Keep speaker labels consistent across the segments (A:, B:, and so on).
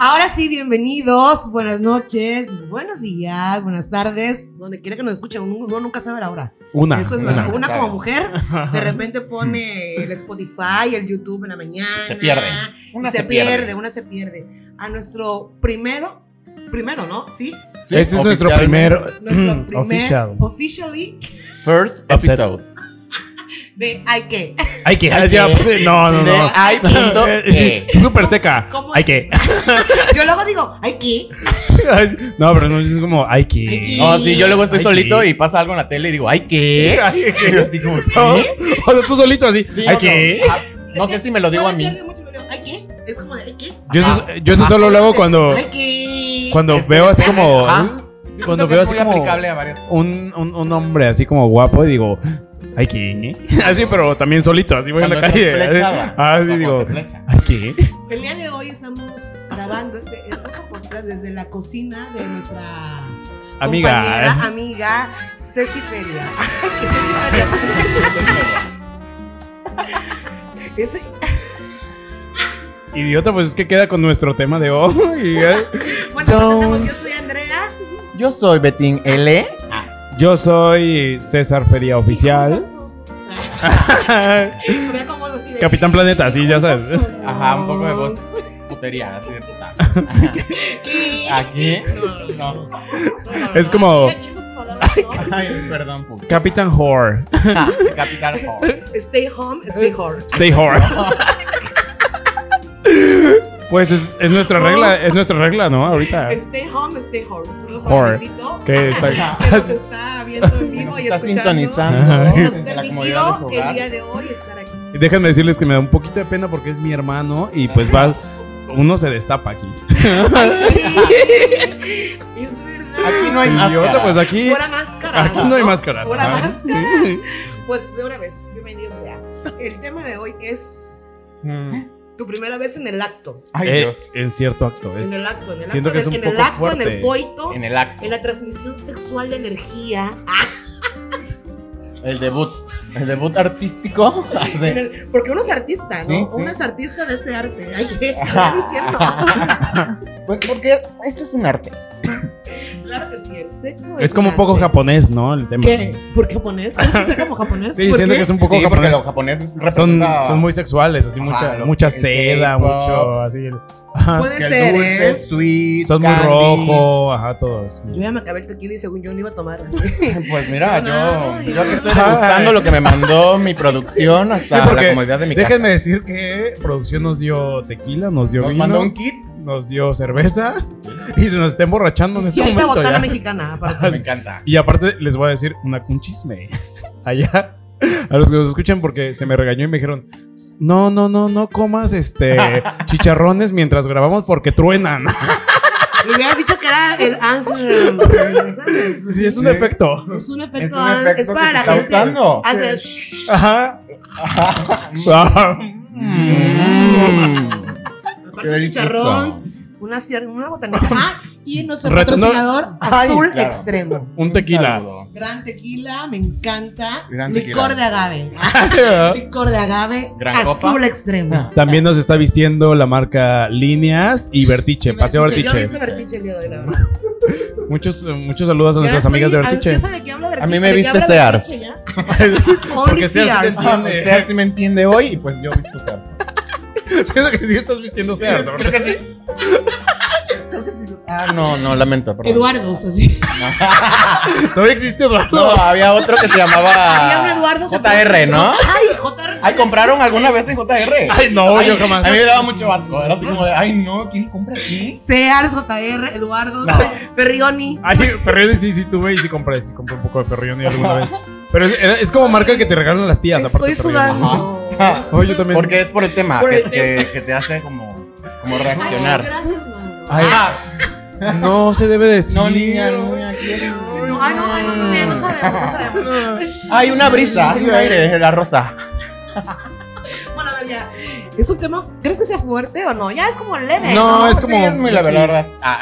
A: Ahora sí, bienvenidos, buenas noches, buenos días, buenas tardes, donde quiera que nos escuchen, uno nunca sabe la hora.
B: Una.
A: Eso es
B: una.
A: verdad. Una como mujer, de repente pone el Spotify, el YouTube en la mañana.
C: Se pierde.
A: y se, pierde, una se pierde. A nuestro primero, primero, ¿no? Sí.
C: Sí,
B: este es nuestro
C: oficial.
B: primer, Mm,
A: Nuestro primer,
B: oficial.
A: officially,
C: First
B: Upset.
C: episode.
A: de Hay que.
B: Hay que.
C: Hay
B: ya,
C: que-
B: pues, no, no,
C: de
B: no.
C: hay punto
A: E.
C: que.
B: Súper seca.
A: ¿Cómo?
B: Hay que.
A: Yo luego digo, Hay que.
B: No, pero no es como hay
A: Hay que.
B: que.
C: No, sí, yo luego estoy
B: Ay,
C: solito
B: ¿qué?
C: y pasa algo en la tele y digo, ¡ay, qué! Y yo así como,
B: No,
C: ¿qué?
B: O sea, tú solito así.
C: Sí,
B: hay
C: no,
B: que.
C: No, ah, no sé si me lo digo a
A: Puede
C: mí.
A: ser de mucho, pero Hay que. Es como de Hay que.
B: Yo eso, yo eso
C: Ajá.
B: solo lo hago cuando,
A: Hay que.
B: cuando
C: Es que-
B: veo así como.
C: Ajá. Yo
B: Cuando
C: siento que
B: veo
C: es
B: así
C: muy
B: como-
C: aplicable a varias
B: Un, un, un hombre así como guapo y digo. Hay que. Así, pero también solito. Así voy en la
C: Cuando
B: calle.
C: estás flechada.
B: Ah, sí,
C: Cuando
B: digo.
C: te flechan.
B: Hay que.
A: El día de hoy estamos grabando este hermoso podcast desde la cocina de nuestra compañera, ah.
B: Amiga.
A: amiga Ceci Feria. Que Ceci Feria. Ese-
B: Idiota, pues es que queda con nuestro tema de hoy.
A: bueno,
B: No.
A: presentamos, yo soy Andrea.
C: Yo soy Betín L.
B: Yo soy César Feria Oficial. Capitán Planeta, sí, ya sabes.
C: Ajá, un poco de voz putería, así de puta. Aquí.
A: No,
C: No.
B: Es como-
A: Aquí esas palabras, ¿no?
C: Ay, perdón, puta. Ah,
B: Capitán Whore.
C: Capital Hall.
A: Stay home, stay hard.
B: Stay Whore. Pues es, es nuestra regla, es nuestra regla, ¿no? Ahorita.
A: Stay home, stay home. Es un
B: Whore.
A: jovencito
B: Que está-
A: que nos está viendo en vivo
C: Nos
A: y
C: está
A: escuchando.
C: sintonizando.
B: Ajá.
A: Nos
C: desde la comodidad de su
A: permitió el
C: hogar.
A: día de hoy estar aquí.
B: Déjenme decirles que me da un poquito de pena porque es mi hermano y pues va, uno se destapa aquí.
A: es verdad.
C: Aquí no hay
B: Idiota,
C: máscara.
B: pues aquí,
A: Pura máscara.
B: aquí no hay máscaras.
A: Pura
B: Ajá.
A: máscara. Pues de una vez, bienvenido sea. El tema de hoy es tu primera vez en el acto.
C: Mm. Ay,
B: Eh,
C: Dios.
B: en cierto acto. es-
A: En el acto, en el
B: Pues siento
A: acto,
B: que es
A: del- en
B: un
A: el
B: poco
A: acto, en el
B: fuerte.
A: coito,
C: En el acto.
A: en la transmisión sexual de energía. Ah,
C: El debut. El debut artístico.
A: En el- porque uno es artista, ¿no?
C: Sí, sí.
A: Uno es artista de ese arte. Ay, ¿qué estoy diciendo?
C: Pues porque este es un arte.
A: claro que sí, el sexo
B: es como un poco
A: arte.
B: japonés, ¿no? El tema.
A: ¿Qué? ¿Por japonés? ¿Es que sea como japonés?
B: Sí,
A: ¿Por
B: siento
A: qué?
B: que es un poco
C: sí, porque
B: japonés.
C: los japoneses
B: Son,
C: representan-
B: son muy sexuales, así
C: Ajá,
B: mucha,
C: lo
B: mucha
C: que es
B: seda,
C: K-pop.
B: mucho así. el- Ajá.
A: Puede
C: que el
A: ser,
C: dulce,
A: ¿eh?
C: sweet,
B: Son muy
C: candies.
B: rojo, ajá, todos.
A: Yo ya me acabé el tequila y según yo no iba a tomar. así.
C: Pues mira,
A: No, no,
C: yo, yo que estoy
B: no.
C: degustando lo que me mandó mi producción hasta
B: Sí, porque
C: la comodidad de mi casa.
B: Déjenme decir que producción nos dio tequila, nos dio
C: Nos
B: vino,
C: mandó un kit.
B: nos dio cerveza y se nos está emborrachando en este
A: Cierta
B: momento
A: botana
B: ya.
A: mexicana, aparte.
C: Me encanta.
B: Y aparte les voy a decir una, un chisme allá a los que nos escuchan porque se me regañó y me dijeron, "No, no, no, no comas este chicharrones mientras grabamos porque truenan."
A: Le hubieras dicho que era el answer. ¿sabes?
B: sí, es un efecto.
A: Es un
C: Es
A: efecto.
C: un
A: an-
C: efecto
A: Es para
C: que
A: la
C: se está
A: gente.
C: usando.
A: Hace shh.
B: Ajá.
C: Mm. Qué
A: Aparte
C: delicioso.
A: chicharrón. Una, cier- una botanita. Ah, y nuestro
B: Reto- no-
A: patrocinador
C: Ay,
A: Azul
C: claro.
A: Extremo.
B: Un tequila.
C: saludo.
A: Gran tequila, me encanta.
C: Gran
A: Licor
C: tequila.
A: de agave. Licor de agave.
C: Gran
A: azul
C: copa.
A: Extremo.
B: También nos está vistiendo la marca Líneas y Vertiche, Paseo
A: Yo
B: Vertiche.
A: vi ese vertiche el día de hoy, la verdad.
B: Muchos, eh, muchos saludos
A: Ya
B: a nuestras
A: estoy
B: amigas de Vertiche.
A: ansiosa de que hable Vertiche.
C: A mí me
A: de que
C: viste
A: hable
C: Sears.
A: Vertiche ya. Only
B: Porque Sears
A: Sears.
B: es de-
C: Ah, pues, Sears sí me entiende hoy y pues yo he visto Sears.
B: Siento que sí estás vistiendo Sears, ¿no?
C: Creo que sí. Creo que sí. Ah, no, no, lamento. perdón.
A: Eduardo, así.
B: Todavía existe Eduardo.
C: No, había otro que se llamaba
A: Había un Eduardo
C: JR, Ah, ¿no?
A: Ay, JR.
C: Ay, ¿compraron alguna vez en JR?
B: Ay, no, yo
C: A
B: jamás.
C: mí me daba mucho asco. Era así como de, ay, no, ¿quién compra aquí?
A: Sears, JR, Eduardo, Ferrioni.
C: Ah,
B: Ay, Ferrioni sí, sí tuve y sí compré, sí compré un poco de Ferrioni alguna vez. Pero es, era- es como marca que te regalan las tías, aparte
A: Estoy
B: de Ferrioni.
A: sudando.
C: Ajá.
B: Oh, yo también.
C: Porque es por el tema,
A: Ah, Por
C: que,
A: el
C: que- que te hace como, como
A: Ay,
C: reaccionar.
A: gracias, mano.
B: Ay,
C: Ah,
B: no se debe decir.
C: no, niña, no, niña, ¿quién?
A: No, ay, no, ay, no, no, no sabemos, no sabemos.
C: Hay una brisa, hay un aire, la rosa.
A: Bueno, a ver, ya. Es un tema. ¿Crees que sea fuerte o Eh, no? Ya es como leve.
B: No,
A: No,
B: es como-
C: Sí, es muy la
B: X.
C: verdad. Ah,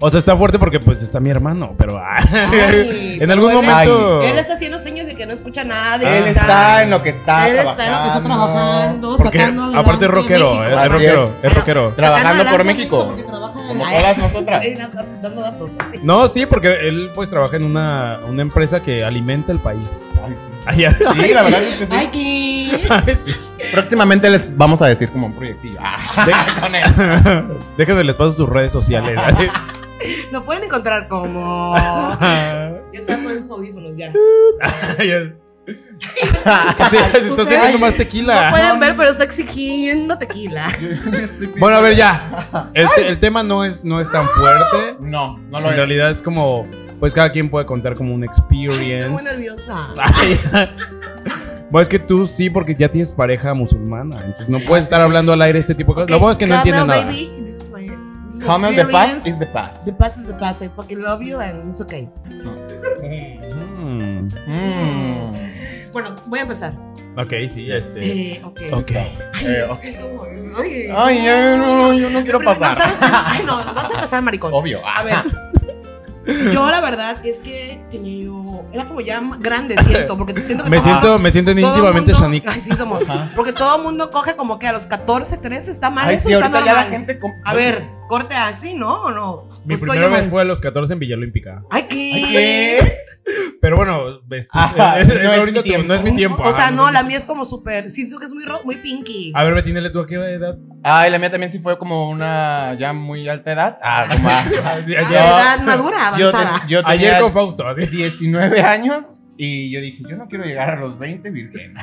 B: O sea, está fuerte porque pues está mi hermano, pero ah,
A: Ay,
B: en
A: pero
B: algún
A: él-
B: momento...
A: Él está haciendo señas de que no escucha nada.
B: Ah.
A: él
C: Él
A: está,
C: está en lo que está.
A: él está en lo que está trabajando,
B: Porque
A: sacando adelante
B: aparte es rockero,
A: México.
B: eh,
C: Así
B: es rockero,
C: es.
B: es rockero.
A: Sacando
C: Trabajando por
A: adelante
C: México.
A: Porque trabaja en
C: Como
A: la-
C: todas nosotras.
A: Ahí dando- Dando datos así.
B: No, sí, porque él pues trabaja en una, una empresa que alimenta el país.
C: Ay, sí.
B: Ay, ay,
C: Sí, la verdad es que sí.
D: Ay, ¿qué?
B: ay, sí.
C: Próximamente les vamos a decir como un proyectillo. Ah, con él.
B: Déjenme les paso sus redes sociales.
A: Lo pueden encontrar como. Ya se ponen sus audífonos ya.
B: Ay, ay. Sí, se está haciendo más tequila.
A: No pueden ver, pero está exigiendo tequila.
B: Bueno, a ver, ya. El, te- el tema no es, no es tan fuerte.
C: No, no lo
B: En
C: es.
B: realidad es como, pues cada quien puede contar como un
A: Estoy muy
B: experience.
A: nerviosa.
B: Ay. Bueno, es que tú sí, porque ya tienes pareja musulmana. Entonces no puedes estar hablando al aire este tipo de cosas. Lo bueno es que no
A: Camel,
B: entiende nada.
A: baby, this is my- this is
C: Come on, the past
A: experience.
C: is the past.
A: The past is the past. I fucking love you and it's okay.
B: Mm.
C: Mm.
A: Bueno, voy a empezar.
B: Ok, sí, este.
A: Eh, ok.
B: Ok.
A: Ay,
C: Eh,
A: es que como- ay.
C: Ay, ay, no, no, yo no
A: Pero
C: quiero
A: primero,
C: pasar.
A: ¿sabes qué? Ay, no, vas a pasar, maricón.
C: Obvio.
A: A ver. Yo la verdad es que tenía yo. Era como ya grande, siento, porque siento que
B: Me
A: todo-
B: siento, me siento
A: todo
B: íntimamente
A: mundo-
B: Shanik.
A: Ay, sí somos.
C: Ajá.
A: Porque todo el mundo coge como que a los 14, 13 está mal,
C: Ay,
A: eso
C: sí,
A: está
C: ahorita ya la
A: normal.
C: gente. com-
A: A ver, corte así, ¿no? ¿O no?
B: Mi
A: Pues estoy
B: primera
A: mal.
B: vez fue a los 14 en Villalómpica.
A: Ay, ¿qué?
C: Ay, ¿Qué?
B: Pero bueno, este,
C: Ajá,
B: es-
C: no
B: es
C: es mi
B: ahorita tu-
C: tiempo.
B: no es mi tiempo.
A: O sea,
B: Ah,
A: no, la mía es como súper. Siento que es muy, ro- muy pinky.
B: A ver, Betínele, ¿tú a qué edad?
C: Ay, la mía también sí fue como una ya muy alta edad. Ah, como a-
B: Ayer,
A: A edad madura,
C: Yo,
A: avanzada.
C: te- yo
B: ayer
C: tenía
B: con Fausto. así.
C: 19 años y yo dije, yo no quiero llegar a los 20 virgen.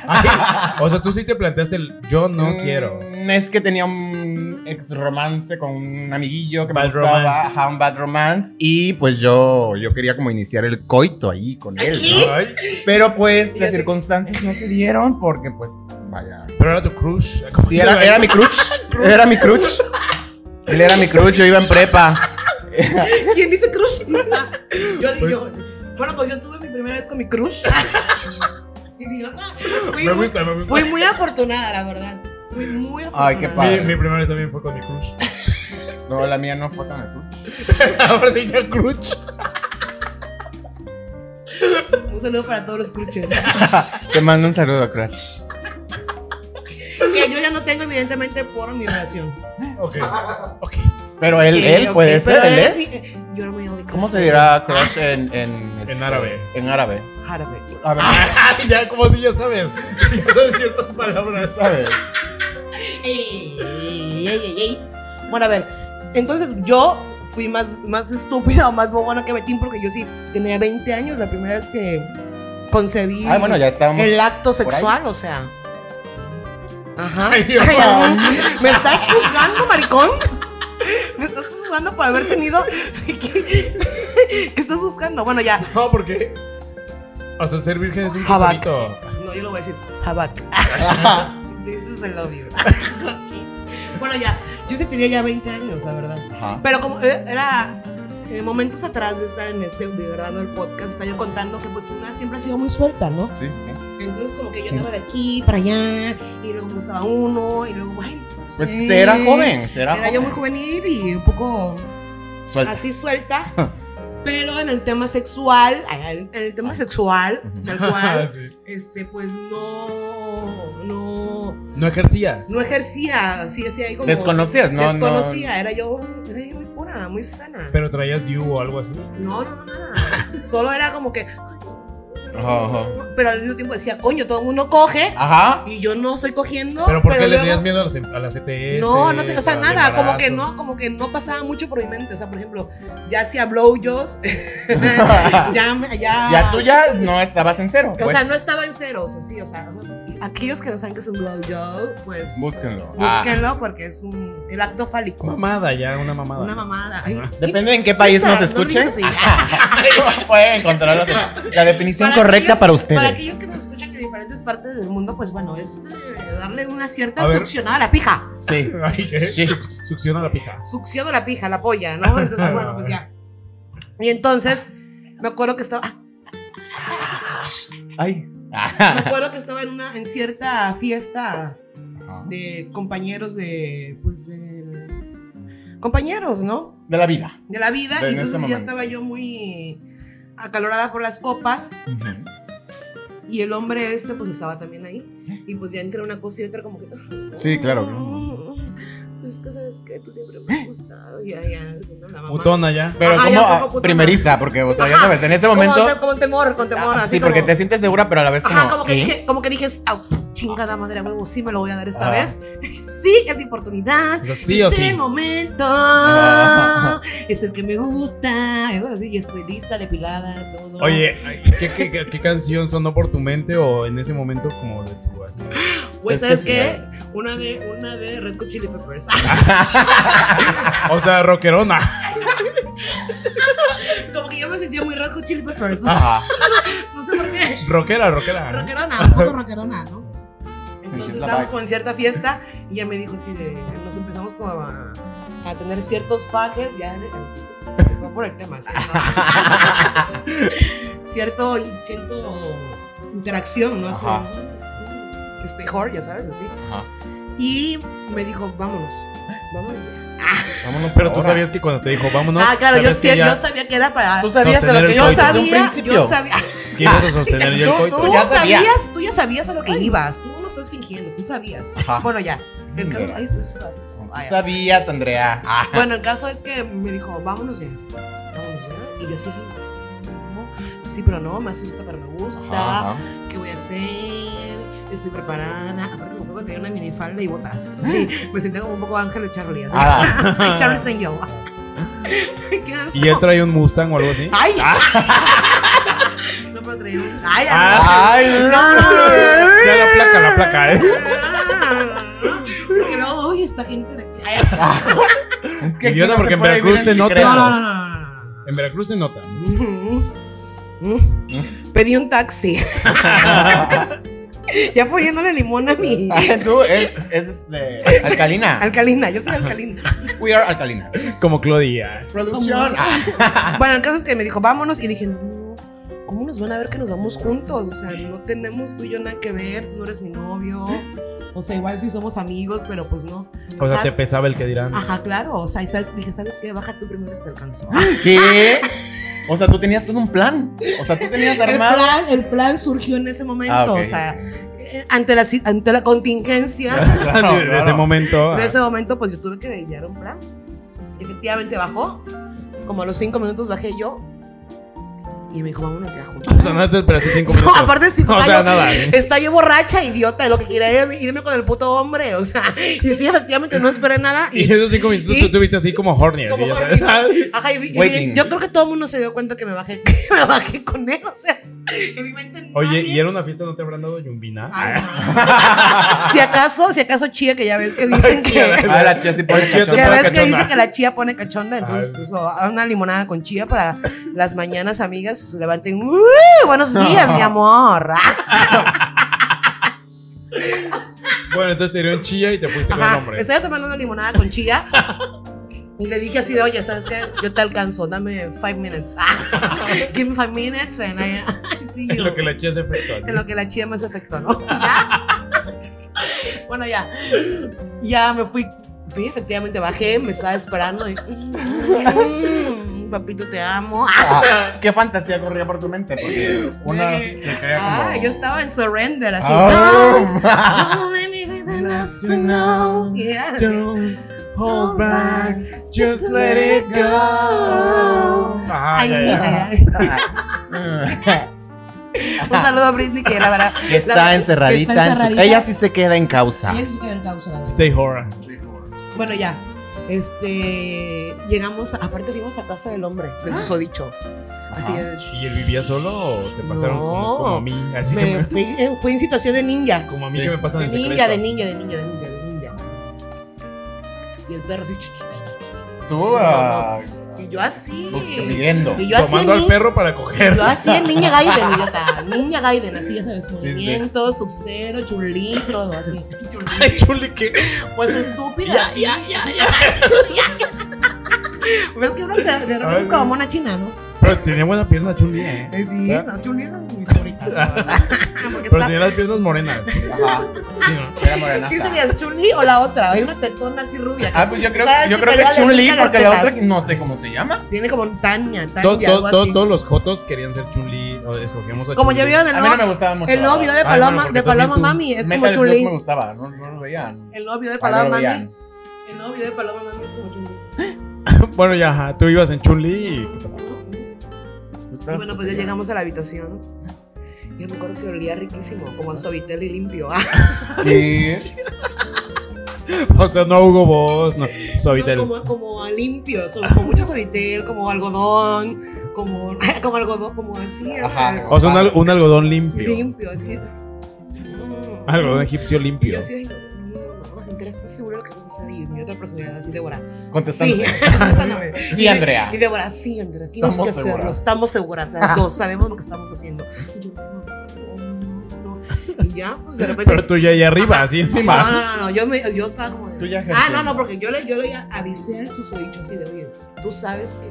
B: O sea, tú sí te planteaste el yo no
C: Mm,
B: quiero.
C: Es que tenía un ex romance con un amiguillo que me
B: Bad
C: gustaba,
B: romance.
C: ajá, un bad romance y pues yo yo quería como iniciar el coito ahí con él,
A: ¿Aquí?
C: ¿no?
B: Ay,
C: Pero pues
A: Y
C: las
A: así-
C: circunstancias no se dieron porque pues vaya.
B: Pero era tu crush. ¿Cómo
C: Sí,
B: se
C: era,
B: llama?
C: era mi crush, era mi crush. Él era mi crush, yo iba en prepa.
A: ¿Quién dice crush? yo digo, bueno, pues yo tuve mi primera vez con mi crush. Idiota. Fui,
B: Me
A: muy-
B: gusta, me gusta.
A: fui muy afortunada, la verdad. Fui muy afortunada.
C: Ay, qué
B: Mi,
C: padre.
B: mi primera vez también fue con mi crush.
C: No, la mía no fue tan crush.
B: Ahora sí ya crush.
A: Un saludo para todos los cruches.
C: Te mando un saludo, crush.
A: que yo ya no tengo, evidentemente, por mi relación.
B: Ok. Ok.
C: Pero él,
A: Ok,
C: él
A: ok,
C: puede
A: pero eh,
C: ser, él
A: eres
C: es.
A: mi- You're my only
C: ¿Cómo
A: crush.
C: se dirá crush en, en, este,
B: árabe.
C: En árabe. Ah,
A: Árabe.
C: A ver,
B: Ay, ya, como si ya sabes. Ya sabes ciertas
C: ¿qué
B: palabras.
C: sabes?
A: Ey, ey, ey, ey. Bueno, a ver, entonces yo fui más, más estúpida o más bobona que Betín porque yo sí tenía 20 años la primera vez que concebí
C: Ay, Ah, bueno, ya estábamos.
A: el acto sexual, o sea. Ajá. Ay, amor, ¿Me estás juzgando, maricón? ¿Me estás juzgando por haber tenido... ¿Qué, qué estás buscando? Bueno, ya.
B: No, porque. O sea, ser virgen es un
A: Jabac.
B: tesorito.
A: No, yo lo voy a decir. Habak. This is I love you. bueno, ya. Yo sí tenía ya 20 años, la verdad.
C: Ajá.
A: Pero como eh, era eh, momentos atrás de estar en este, de grabando el podcast, estaba yo contando que pues una siempre ha sido muy suelta, ¿no?
C: Sí, sí, sí.
A: Entonces como que yo andaba de aquí para allá y luego me gustaba uno y luego, bueno.
C: Pues
A: sí.
C: se era joven, se era,
A: Era yo muy
C: joven.
A: juvenil y un poco
C: Suelta.
A: así suelta. Pero en el tema sexual, en el tema sexual, tal
B: Ah,
A: cual,
B: sí.
A: este, pues no, no,
B: No ejercías.
A: no ejercía, así, así, ahí como...
C: Desconocías, ¿no?
A: Desconocía, era yo, era yo muy pura, muy sana.
B: Pero traías Diu o algo así.
A: No, no, no, nada. Solo era como que.
C: No. Ajá,
A: Pero al mismo tiempo decía, coño, todo el mundo coge
C: Ajá. Ajá.
A: y yo no estoy cogiendo.
B: Pero ¿por qué le
A: luego-
B: tenías miedo a las, em, a las E ETS?
A: No, no te, o sea,
B: al
A: nada, como
B: embarazo?
A: que no, como que no pasaba mucho por mi mente. O sea, por ejemplo, ya hacía blowjobs, ya, me- ya.
C: Ya tú ya no estabas en cero.
A: Ah. O
C: pues.
A: sea, no estaba en ceros, así, o sea, aquellos que no saben que es un blowjob, pues.
C: Búsquenlo. Ah.
A: Búsquenlo porque es un, el acto fálico.
B: Mamada, ya, una mamada.
A: Una mamada. Ay,
C: Depende en qué
A: César,
C: país nos
A: no
C: escuchen.
A: digas así.
C: Ajá. Pueden encontrar la, la definición
A: Para
C: correcta
A: aquellos-
C: para ustedes.
A: Para aquellos que nos escuchan de diferentes partes del mundo, pues bueno, es eh, darle una cierta
B: A ver.
A: succionada a la pija.
C: Sí.
B: Ay, ¿qué?
C: Sí.
B: Succiona la pija.
A: Succiono la pija, la polla, ¿no? Entonces, bueno, pues ya. Y entonces, me acuerdo que estaba, ah,
C: Ay.
A: me
C: Ajá.
A: acuerdo que estaba en una, en cierta fiesta
C: Ajá.
A: de compañeros de, pues, de, compañeros, ¿no?
C: De la vida.
A: De la vida.
C: De en
A: entonces
C: este
A: ya
C: momento.
A: estaba yo muy acalorada por las copas y el hombre este pues estaba también ahí. Y pues ya entre una cosa y otra como que...
C: Sí, claro.
A: Pues es que sabes que tú siempre me has gustado. Ya, ya. no, la mamá.
B: Putona ya.
C: Pero
A: Ajá,
C: como
A: ya un poco
C: ah,
A: putona.
C: primeriza, porque, o sea, ya
A: Ajá.
C: sabes, en ese
A: Como,
C: momento.
A: o sea, con temor, con temor.
C: ah,
A: así
C: sí, porque
A: como-
C: te sientes segura, pero a la vez como.
A: Ajá, como que
C: ¿eh?
A: dije, como que dije, "Au, chingada madre, a huevo, sí me lo voy a dar esta
C: Ah.
A: vez. Sí, es mi oportunidad.
B: O sea, sí o
A: es el
B: sí.
A: momento.
C: Ah.
A: Es el que me gusta. Es así, y estoy lista, depilada, todo.
B: Oye, ¿qué, qué, qué, qué canción sonó por tu mente o en ese momento como de tu así?
A: güey,
C: es
A: Pues, ¿sabes
C: que
A: qué? Una de, una de Red Hot Chili Peppers.
B: O sea, ah, rockerona.
A: como que yo me sentía muy Red Hot Chili Peppers.
C: Ajá.
A: No sé por qué.
B: Rockera, rockera. ¿no?
A: Rockerona, un poco rockerona, ¿no? Entonces
C: es la
A: estábamos
C: vibe.
A: como en cierta fiesta y ya me dijo así de, nos empezamos como a, a tener ciertos fajes, ya, ya me siento- se empezó por el tema, ¿sí? ¿no? cierto, cierto interacción, ¿no? Así, de,
C: Ajá.
A: "Mm, mm, este whore, ya sabes, así.
C: Ajá.
A: Y me dijo, vámonos, vámonos. ya".
C: Vámonos
B: Pero tú
C: ahora.
B: sabías que cuando te dijo, vámonos.
A: ah, claro, yo,
B: sabías que
A: sí-
B: ya
A: yo sabía que era para...
C: Tú sabías de lo
B: Sostener
C: que
B: el
C: yo
A: Yo
B: coito.
C: sabía. Pues, Desde
A: sabía,
C: un principio.
A: yo sabía.
B: quieres sostener yo el
C: Tú-
B: coito.
A: Tú
C: ya sabía.
A: sabías, tú ya sabías a lo que ibas. Tú no estás fingiendo, tú sabías.
C: Ajá. Mm.
A: Bueno, ya. El caso es, ay, estoy sudando.
C: Tú
A: Vaya.
C: sabías, Andrea. Ah,
A: Bueno, el caso es que me dijo, vámonos ya. Vámonos ya. Y yo sí no, sí, pero no, me asusta, pero me gusta.
C: ajá.
A: ¿Qué voy a hacer? Estoy preparada. Aparte, me acuerdo que tenía una minifalda y botas. me sentía como un poco Ángel de Charlie. Así.
C: Ah,
A: Charlie en yo. ¿Qué asco.
B: Y él trae un Mustang o algo así.
A: ¡Ay!
C: Ah.
A: no, pero traía un. ¡Ay!
C: Ay,
A: no, no,
C: no.
A: no, no.
B: Ah. Ya la placa, la placa, eh.
A: Porque luego, oye, esta gente de aquí. Ay,
C: Es que aquí
B: Idiota,
C: no
B: porque
C: se
B: en
C: puede
B: Veracruz
C: vivir
B: se nota.
C: secreto.
A: No, no, no, no, no.
B: En Veracruz se nota.
A: Pedí un taxi. ya poniéndole limón a mi
C: Ah, Tú es, es este, alcalina.
A: alcalina. Yo soy alcalina.
C: We are alcalina.
B: Como Claudia.
C: Producción. Ah,
A: bueno, el caso es que me dijo, vámonos. Y dije, no, ¿cómo nos van a ver que nos vamos juntos? O sea, no tenemos tú y yo nada que ver. Tú no eres mi novio. O sea, igual sí somos amigos, pero pues no.
B: O sea,
A: Sab-
B: te pesaba el que dirán.
A: Ajá, claro. O sea, y sabes, dije, ¿sabes qué? Baja tú primero que te alcanzó.
B: Ah,
C: ¿Qué? O sea, tú tenías todo un plan. O sea, tú tenías
A: el
C: armado.
A: plan, el plan surgió en ese momento,
C: Ah, ok.
A: o sea, eh, ante la, si- ante la contingencia,
B: Desde
C: Claro,
B: Ah, ese
C: claro.
B: momento.
A: en
B: ah,
A: ese momento pues yo tuve que idear un plan. Efectivamente bajó, como a los cinco minutos bajé yo y me dijo, vámonos ya juntos.
B: O sea, no te esperaste cinco
A: No,
B: minutos.
A: aparte sí,
B: O
A: está,
B: sea,
A: yo,
B: nada. ¿eh?
A: está yo borracha, idiota, lo que quería era irme, irme con el puto hombre, o sea, y sí, efectivamente no esperé nada.
B: Y esos cinco minutos
A: y-
B: tú estuviste así como horny. así,
A: Como
B: ya
A: Jordi,
B: sabes.
A: ¿no? Ajá, y vi- y
C: Waiting.
A: vi- yo creo que todo el mundo se dio cuenta que me bajé, que me bajé con él, o sea, en mi mente
B: Oye,
A: nadie-
B: ¿y era una fiesta? ¿No te habrán dado yumbina?
A: Ay, no. si acaso, si acaso chía que ya ves que dicen que, que
C: Ah, la chía sí pone
B: Chía, tú
C: cachonda.
B: pone
A: ves que
B: cachonda.
A: dice que la chía pone cachonda, entonces
B: Ay.
A: puso a una limonada con chía para las mañanas amigas se levanten. "Uh, buenos días, mi amor.
B: Bueno, entonces te dieron chía y te fuiste con el
A: Ajá,
B: hombre.
A: estaba tomando una limonada con chía. Y le dije así de, oye, ¿sabes qué? Yo te alcanzo, dame five minutes. Give me five minutes and I, I see
B: Es
A: you.
B: lo que la chía se afectó.
A: en lo que la chía más afectó, ¿no? Ya. bueno, ya. Ya me fui. Sí, efectivamente bajé, me estaba esperando y. Mm, papito, te amo.
C: Ah, ¿Qué fantasía corría por tu mente? Porque una se crea como.
A: Ah, yo estaba en surrender, así.
C: Ah.
A: Don't, don't let me be the last to know. Yeah.
B: Don't
A: hold back,
B: just
A: let it go.
B: Ajá,
A: Ay,
B: ya, ya.
A: mira. Un saludo a Britney, que la verdad.
C: Que
A: la-
C: está
A: que
C: encerradita.
A: está
C: en su-
A: encerradita.
C: Ella sí se queda en causa.
A: Y eso se queda en causa, la verdad.
B: Stay horror.
A: Bueno, ya. Este. Llegamos, a- aparte, fuimos a casa del hombre, del susodicho. Así
C: Ajá.
A: es.
B: ¿Y él vivía solo o te pasaron como,
A: No.
B: como a mí? Así que
A: me
B: me-
A: fui, eh, fui en situación de ninja.
B: como a mí
C: Sí.
B: que me pasan
A: De
B: en
A: ninja,
B: secreto.
A: de ninja, de ninja, de ninja, de ninja. así. Y el perro así. chu, chu, chu, chu, chu.
C: Tú, ah,
A: Y yo así.
C: pues, pidiendo.
A: Y yo así. en
B: Tomando al
A: nin-
B: perro para coger.
A: Yo así en Ninja Gaiden, idiota. Ninja Gaiden, así ya sabes.
C: sí.
A: Movimientos, sub-zero, chulito, todo así. Chulito.
B: Ay, chuli, ¿qué?
A: Pues estúpida. así. ¿Ves Pues que uno se, de repente
B: Ay,
A: es como
B: no.
A: mona china, no?
B: Pero tenía buena pierna chuli, eh.
A: Sí, no, chuli es mi favorita. piernas. ¿verdad? Porque
B: Pero
A: está-
B: tenía las piernas morenas.
C: Ajá.
B: Sí, ¿no?
C: Era morena.
A: ¿Qué serías, Chun-Li o la otra? Hay una tetona así rubia. que
C: Ah, pues yo creo,
A: Cada vez
C: yo
A: que
C: creo que
A: pelea le
C: Chun-Li,
A: brinca las
C: porque la
A: tetas.
C: otra que no sé cómo se llama.
A: Tiene como un Tania, Tania,
B: To- to-
A: algo
B: to-
A: así.
B: todos los jotos querían ser Chunli. O escogíamos a
A: Como
B: Chun-Li.
A: ya vieron
C: A
A: el
C: mí no me
A: nuevo,
C: gustaba mucho.
A: el novio de
B: Ay,
A: Paloma,
B: bueno, porque
A: de Paloma
B: también tú-
A: Mami, es como
C: Metal Slug
A: Chun-Li.
C: me gustaba, no, no lo veían.
A: El novio de
C: Ah, no
A: Paloma
C: lo
A: Mami.
C: veían.
A: El novio de Paloma Mami es como Chun-Li.
B: Bueno, ya, ajá, tú ibas en Chunli y.
C: Pues,
A: Y Bueno, pues ya llegamos a la habitación. Yo me acuerdo que olía riquísimo, como a suavitel y limpio. Ah,
C: Sí.
B: O sea, no Hugo Boss, no. Suavitel.
A: no, como, como a limpio, so- como mucho suavitel, como algodón, como, como algodón, como así.
C: Ajá.
A: ¿sabes?
B: O sea, un, al- un algodón limpio.
A: limpio, así. Mm.
B: Algodón egipcio
A: Y yo
B: limpio.
A: así, ay, no, no, no, Andrea, ¿estás segura de lo que vas a hacer? Y mi otra personalidad así, Débora.
C: Contestando.
A: Sí, contestándome.
C: Sí, Andrea.
A: Y Débora, sí, Andrea, tienes
C: Estamos
A: que hacerlo.
C: seguras.
A: Estamos seguras, las dos sabemos lo que estamos haciendo. Y yo, no, no, no. Y ya, pues de repente.
B: Pero tú ya ahí arriba, así
A: No,
B: encima.
A: no, no, no, yo, me, yo estaba como. de-
C: Tú ya
A: ah,
C: ejerciendo.
A: no, no, porque yo le, yo le avisé al susodicho así de, oye, tú sabes que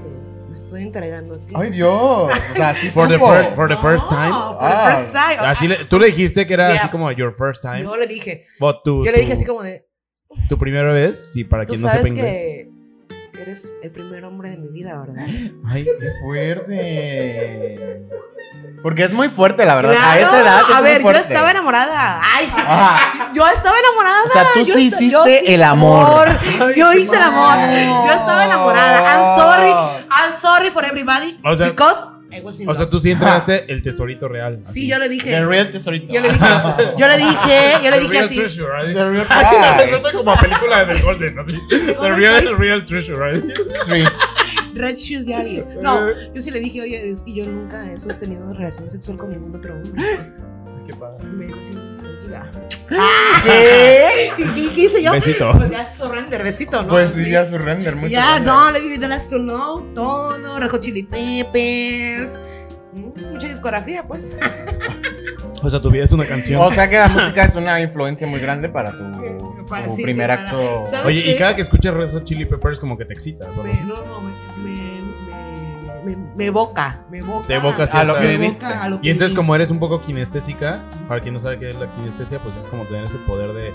A: me estoy entregando a ti.
C: Ay, Dios. O sea, sí
B: For the,
C: supo.
B: fir- for the
A: No,
B: first time.
A: For the
C: Ah.
A: first time.
B: Así le- tú le dijiste que era
A: Mira.
B: así como your first time.
A: yo le dije,
B: but tu,
A: yo le dije
B: tu-
A: así como de,
B: Tu primera vez, sí, para
A: Tú
B: quien no sepa
A: sabes
B: inglés.
A: que eres el primer hombre de mi vida, ¿verdad?
B: Ay,
C: Qué fuerte. Porque es muy fuerte, la verdad. a esa edad.
A: a
C: es muy
A: ver, yo
C: fuerte.
A: estaba enamorada. Ay,
C: Ajá.
A: yo estaba enamorada.
C: O sea, tú
A: yo
C: sí
A: esta-
C: hiciste
A: yo sí-
C: el amor.
A: Yo hice el amor. Yo estaba enamorada. I'm sorry. I'm sorry for everybody.
B: O sea-
A: because I was in
B: o sea,
A: love.
B: tú sí entregaste el tesorito real.
A: sí, yo le
C: The
A: dije.
C: real tesorito.
A: Yo le dije, yo le dije, yo le dije así.
C: The real prize.
B: Resulta como a película del Golden, así. The real, the real treasure, right?
C: Sí.
A: Red Shoes Diaries. No, yo sí le dije, oye, es que yo nunca he sostenido relación sexual con ningún otro hombre.
B: Qué padre.
A: Y me dijo así, tranquila.
C: ¿Qué?
A: ¿Y qué, qué hice yo?
B: Besito.
A: Pues ya surrender, besito, ¿no?
C: Pues sí,
A: Sí.
C: ya surrender. Muy
A: Ya,
C: surrender.
A: no, Lady Vidal to Know, todo, Rejo Chili Peppers. mm, Mucha discografía, pues.
B: O sea, tu vida es una canción.
C: O sea que la música es una influencia muy grande para tu,
A: Para-
C: tu
A: sí, sí,
C: primer
A: para-
C: acto.
A: ¿Sabes?
B: Oye, y
A: qué?
B: cada que escuchas Red Hot Chili Peppers como que te excitas, ¿o no?
A: Me, no, no, me, me, me, me, me evoca, me evoca.
B: Te evoca
C: a lo
B: cierta-
C: que
A: me evoca
C: viviste.
A: a lo que
B: Y entonces
A: viví.
B: como eres un poco kinestésica, para quien no sabe qué es la kinestesia, pues es como tener ese poder de...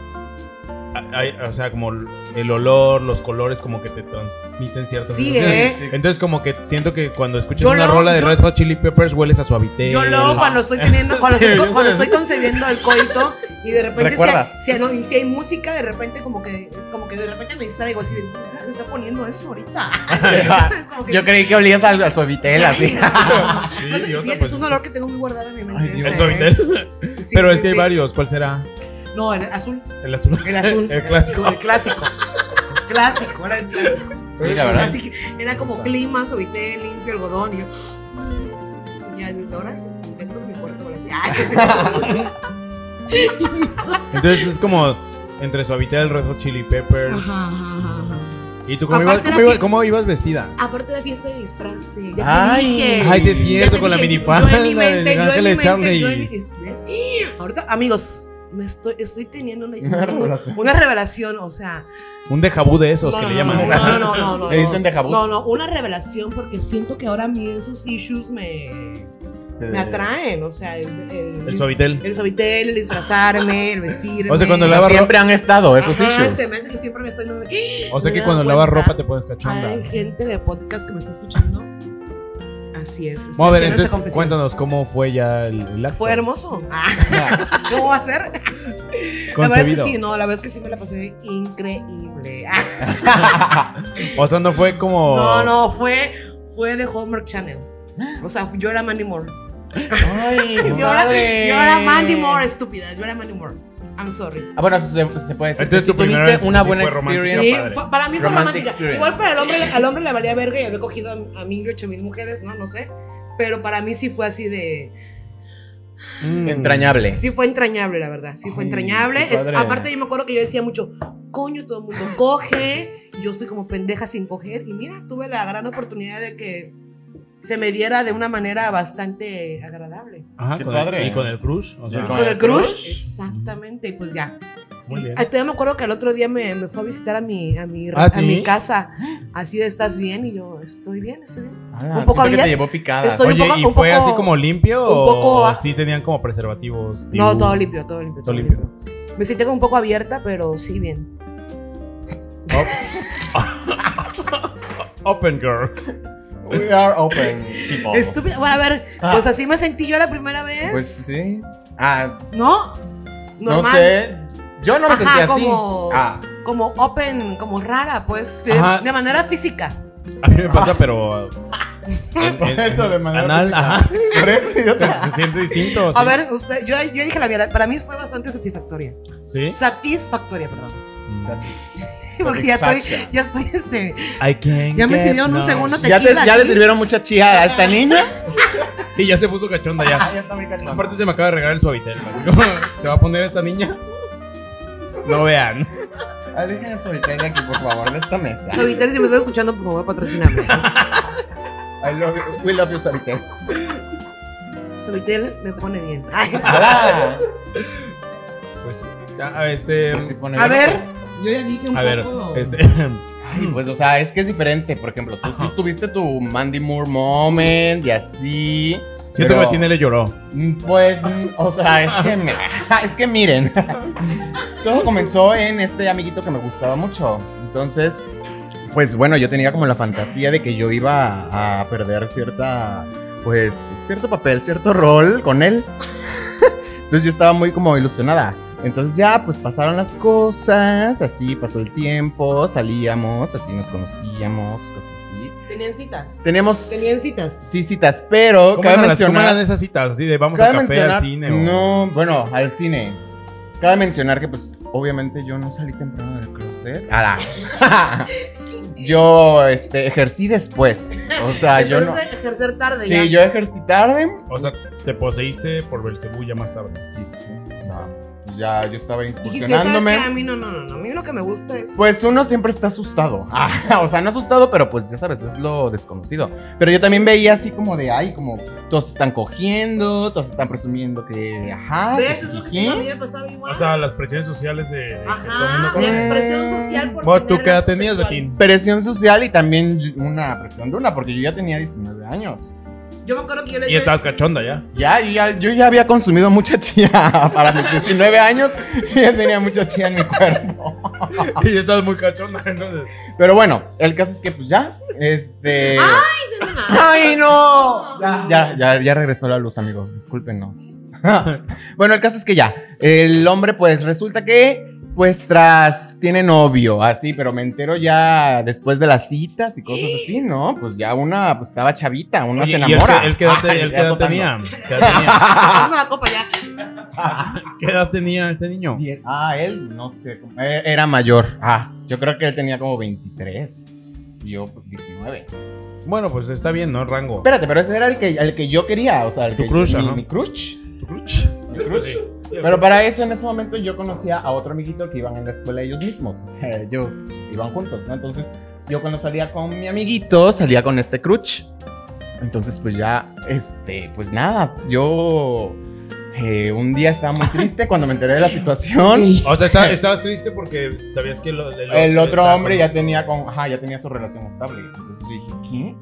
B: a- ay, o sea, como el olor, los colores como que te transmiten ciertas
A: Sí,
B: sensaciones.
A: ¿eh?
B: Entonces como que siento que cuando escuchas
A: Yo
B: una
A: lo-
B: rola de
A: yo-
B: Red Hot Chili Peppers hueles a suavitel.
A: Yo luego cuando estoy teniendo, cuando,
B: Sí,
A: estoy,
B: yo
A: cuando
B: sé.
A: estoy concebiendo el coito y de repente si hay,
C: ¿Recuerdas?
A: si, hay- no, y si hay música, de repente como que, como que de repente me distraigo así de, "Ah, se está poniendo eso ahorita. Es como que
C: Ah, Yo
A: sí.
C: creí que olías algo a suavitel así.
B: Sí,
A: No sé,
B: yo
A: fíjate, es
B: tampoco.
A: un olor que tengo muy guardado en mi mente.
C: pues, Ay, Dios.
A: ese,
B: El
A: ¿eh?
B: suavitel.
A: Sí,
B: Pero
A: sí,
B: es que hay
A: sí.
B: varios. ¿Cuál será?
A: No, el azul.
B: El azul.
A: El azul.
B: El clásico.
A: azul, el clásico. clásico, era el clásico.
C: Sí, la verdad.
A: Así que era como clima, suavitel, limpio, algodón. Y yo, mm, ya desde ahora intento mi cuarto para así. Ay, que se-
B: Entonces es como entre suavitel, Red Hot Chili Peppers.
A: Ajá, ajá, ajá.
B: ¿Y tú cómo, ibas,
A: Aparte
B: cómo,
A: era
B: ibas,
A: que-
B: cómo ibas vestida?
A: Aparte de la fiesta de disfraces, ya te
C: Ay.
A: dije.
B: Ay, sí es
C: Ya
B: cierto,
A: Ya
B: con la
A: te dije,
B: minifalda
A: Yo en mi mente,
B: de
A: yo en mi
B: Ángeles
A: mente, yo en mi-
B: Charlie.
A: ¿ves? Ahorita, amigos, me estoy, estoy teniendo una,
C: Una revelación.
A: una revelación, o sea.
B: Un déjà vu de esos que le
A: no,
B: llaman.
A: No, no, no, no, no.
C: Le
A: no.
C: dicen déjà vu.
A: No, no, una revelación porque siento que ahora a mí esos issues me, me atraen. O sea, el, el,
B: Eh, El suavitel.
A: el suavitel, el disfrazarme, el vestirme.
B: O sea, cuando
C: O sea,
B: Lava ro-
C: siempre han estado esos
A: Ajá,
C: issues.
A: Se me hace que siempre me estoy.
B: O sea que
A: Me
B: cuando
A: da
B: lavas
A: cuenta.
B: ropa te pones cachonda.
A: Hay gente de podcast que me está escuchando. Así es. estoy
B: Vamos a ver,
A: haciendo esta
B: entonces
A: confesión.
B: cuéntanos cómo fue ya el, el acto.
A: Fue hermoso. Ah, ¿Cómo va a ser? La verdad es
B: Concebido.
A: que sí, no, la verdad es que sí me la pasé increíble. Ah,
B: O sea, no fue como.
A: No, no, fue, fue de Homework Channel. O sea, yo era Mandy Moore.
C: Ay,
A: Yo era,
C: madre.
A: yo era Mandy Moore, estúpida. Yo era Mandy Moore. I'm sorry.
C: Ah, bueno, eso se, se puede decir.
B: Entonces, tu
C: que sí
B: primera
C: tuviste
B: vez
C: una
B: sí
C: buena
B: fue romántica.
A: Sí,
C: experience.
B: padre.
A: fue- para mí fue
C: Romantic
A: romántica.
C: experience.
A: Igual para el hombre, al hombre le valía verga y haber cogido a, a mil y ocho mil mujeres, ¿no? No sé. Pero para mí sí fue así de.
B: Mm.
C: Entrañable.
A: Sí fue entrañable, la verdad. Sí fue
C: Ay,
A: entrañable.
C: qué
A: Es-
C: padre.
A: aparte, yo me acuerdo que yo decía mucho, coño, todo el mundo coge. Yo estoy como pendeja sin coger. Y mira, tuve la gran oportunidad de que se me diera de una manera bastante agradable.
B: Ajá,
C: Qué
B: con el-
C: padre.
B: y con el crush. O sea,
C: Y
A: ¿Con,
C: el
A: el crush?
C: crush?
A: Exactamente, y pues ya.
B: Muy bien.
A: Ay, todavía me acuerdo que el otro día me, me fue a visitar a mi, a mi,
B: ¿Ah,
A: a
B: sí?
A: mi casa. Así de, ¿estás bien? Y yo, estoy bien, estoy bien.
C: Un
A: poco
C: poco Ah, que
A: había-
C: te llevó picada.
A: estoy- un
B: Oye,
A: poco-
B: ¿y
A: un
B: fue
A: poco-
B: así como limpio
A: un poco-
B: o sí tenían como preservativos?
A: No,
B: Dibu?
A: todo limpio, todo limpio.
B: Todo limpio.
A: Me sí tengo un poco abierta, pero sí bien.
B: Open girl.
C: We are open people.
A: Estúpido. Bueno, a ver,
C: Ah.
A: pues así me sentí yo la primera vez.
C: Pues sí. Ah,
A: ¿No?
C: no
A: Normal.
C: sé. Yo no me
A: Ajá,
C: sentí así.
A: como-
C: Ah,
A: Como open, como rara, pues, de,
B: Ajá.
A: de manera física.
B: A mí me pasa, pero. uh, en- en-
C: eso de manera.
B: Anal, ajá.
C: Por eso yo
B: Se, se siente
C: Pues
B: distinto.
A: A
B: sí.
A: ver, usted, yo, yo dije la mía, la- para mí fue bastante satisfactoria.
B: ¿Sí?
A: Satisfactoria, perdón.
C: Satis-
A: Porque ya estoy,
C: satisfaction.
A: ya estoy, este,
B: I can't
A: ya me
B: get
A: sirvieron un
B: no.
A: segundo
C: ¿Ya,
A: tequila.
C: te, ya le
A: aquí.
C: sirvieron mucha chía a esta niña.
B: Y ya se puso cachonda ya. Aparte se me acaba de regalar el suavitel. así como, ¿Se va a poner esta niña? No vean.
C: Alejen el solitario de aquí, por favor, de esta mesa.
A: Solitario, si me estás escuchando, por favor, patrocíname.
C: I love you. We love you, solitario.
A: Sovitel me pone bien. Ay.
C: ¡Hala!
B: Pues ya, a ver, este.
C: Así pone-
A: A ver, yo ya dije un
B: A ver,
A: poco.
B: este.
C: Ay, pues, o sea, es que es diferente. Por ejemplo, tú sí tuviste tu Mandy Moore moment y así.
B: Siento que
C: pero-
B: Betina le lloró.
C: Mm, Pues, mm, o sea, es que, me- es que miren. Todo comenzó en este amiguito que me gustaba mucho. Entonces, pues bueno, yo tenía como la fantasía de que yo iba a- a perder cierta, pues, cierto papel, cierto rol con él. Entonces yo estaba muy como ilusionada. Entonces ya, pues pasaron las cosas, así pasó el tiempo, salíamos, así nos conocíamos, cosas así.
A: Tenían citas.
C: Tenemos
A: Tenían citas.
C: sí citas, pero
B: ¿Cómo
C: cabe
B: eran, las, cómo
C: mencionar
B: eran esas citas? Así de vamos a café, al cine. o-
C: No, bueno, al cine. Cabe mencionar que, pues, obviamente yo no salí temprano del closet. ¡Ala! yo este, ejercí después. O sea, Ah, yo no.
A: Entonces, ejercer tarde ya.
C: Sí, yo ejercí tarde.
B: O sea, te poseíste por Belcebú ya más tarde.
C: Sí, sí. O sea, pues, ya yo estaba
A: Dijiste, ¿sabes
C: incursionándome.
A: qué? A mí no, no, no, no. A mí lo que me gusta es.
C: Pues uno siempre está asustado. Ah, o sea, no asustado, pero pues ya sabes, es lo desconocido. Pero yo también veía así como de, ay, como todos están cogiendo, todos están presumiendo que, ajá.
A: ¿Ves?
C: que
A: Es lo que te
C: jiji".
A: digo, a mí me pasaba igual.
B: O sea, las presiones sociales de. de todo el mundo
A: Ajá.
B: con-
C: coge.
A: La presión social por.
B: Bueno, ¿tú
A: tener
B: qué edad
A: acto
B: tenías,
A: sexual.
B: Betín?
C: presión social y también una presión de una, porque yo ya tenía 19 años.
A: Yo me acuerdo que Pues yo le
B: Y
A: decía.
B: estabas cachonda ya.
C: Ya, yo ya, yo ya había consumido mucha chía para mis 19 años y ya tenía mucha chía en mi cuerpo.
A: Ah.
B: Y estabas muy cachonda, entonces.
C: Pero bueno, el caso es que pues ya, este...
A: "Ay, de una".
C: ¡Ay, no! Ya, ya, ya, ya regresó la luz, amigos, discúlpenos. bueno, el caso es que ya, el hombre pues resulta que... Pues tras tiene novio, así, pero me entero ya después de las citas y cosas así, ¿no? Pues ya una pues estaba chavita, una
B: Oye,
C: se
B: ¿Y él
C: enamora.
B: qué- él qué edad, te-
C: Ay,
B: él qué
C: ya
B: edad
C: azotando.
B: tenía? ¿Qué edad tenía?
A: Sacando la copa ya.
B: ¿Qué edad tenía este niño?
C: Diez. Ah, él, no sé. cómo- eh, Era mayor. Ah, yo creo que él tenía como 23. Y yo, pues, 19.
B: Bueno, pues está bien, ¿no? Rango.
C: Espérate, pero ese era el que, el que yo quería. O sea, el
B: Tu
C: que
B: crush,
C: mi,
B: ajá.
C: mi crush. Mi crush.
B: Sí.
C: Pero para eso, en ese momento, yo conocía a otro amiguito que iban en la escuela ellos mismos. O sea, ellos iban juntos, ¿no? Entonces, yo cuando salía con mi amiguito, salía con este crush. Entonces, pues ya, este, pues nada, yo eh, un día estaba muy triste cuando me enteré de la situación.
B: O sea, está- estabas triste porque sabías que lo- el,
C: el otro
B: estaba
C: hombre
B: con-
C: ya tenía con, ajá, ya tenía su relación estable. Entonces yo dije,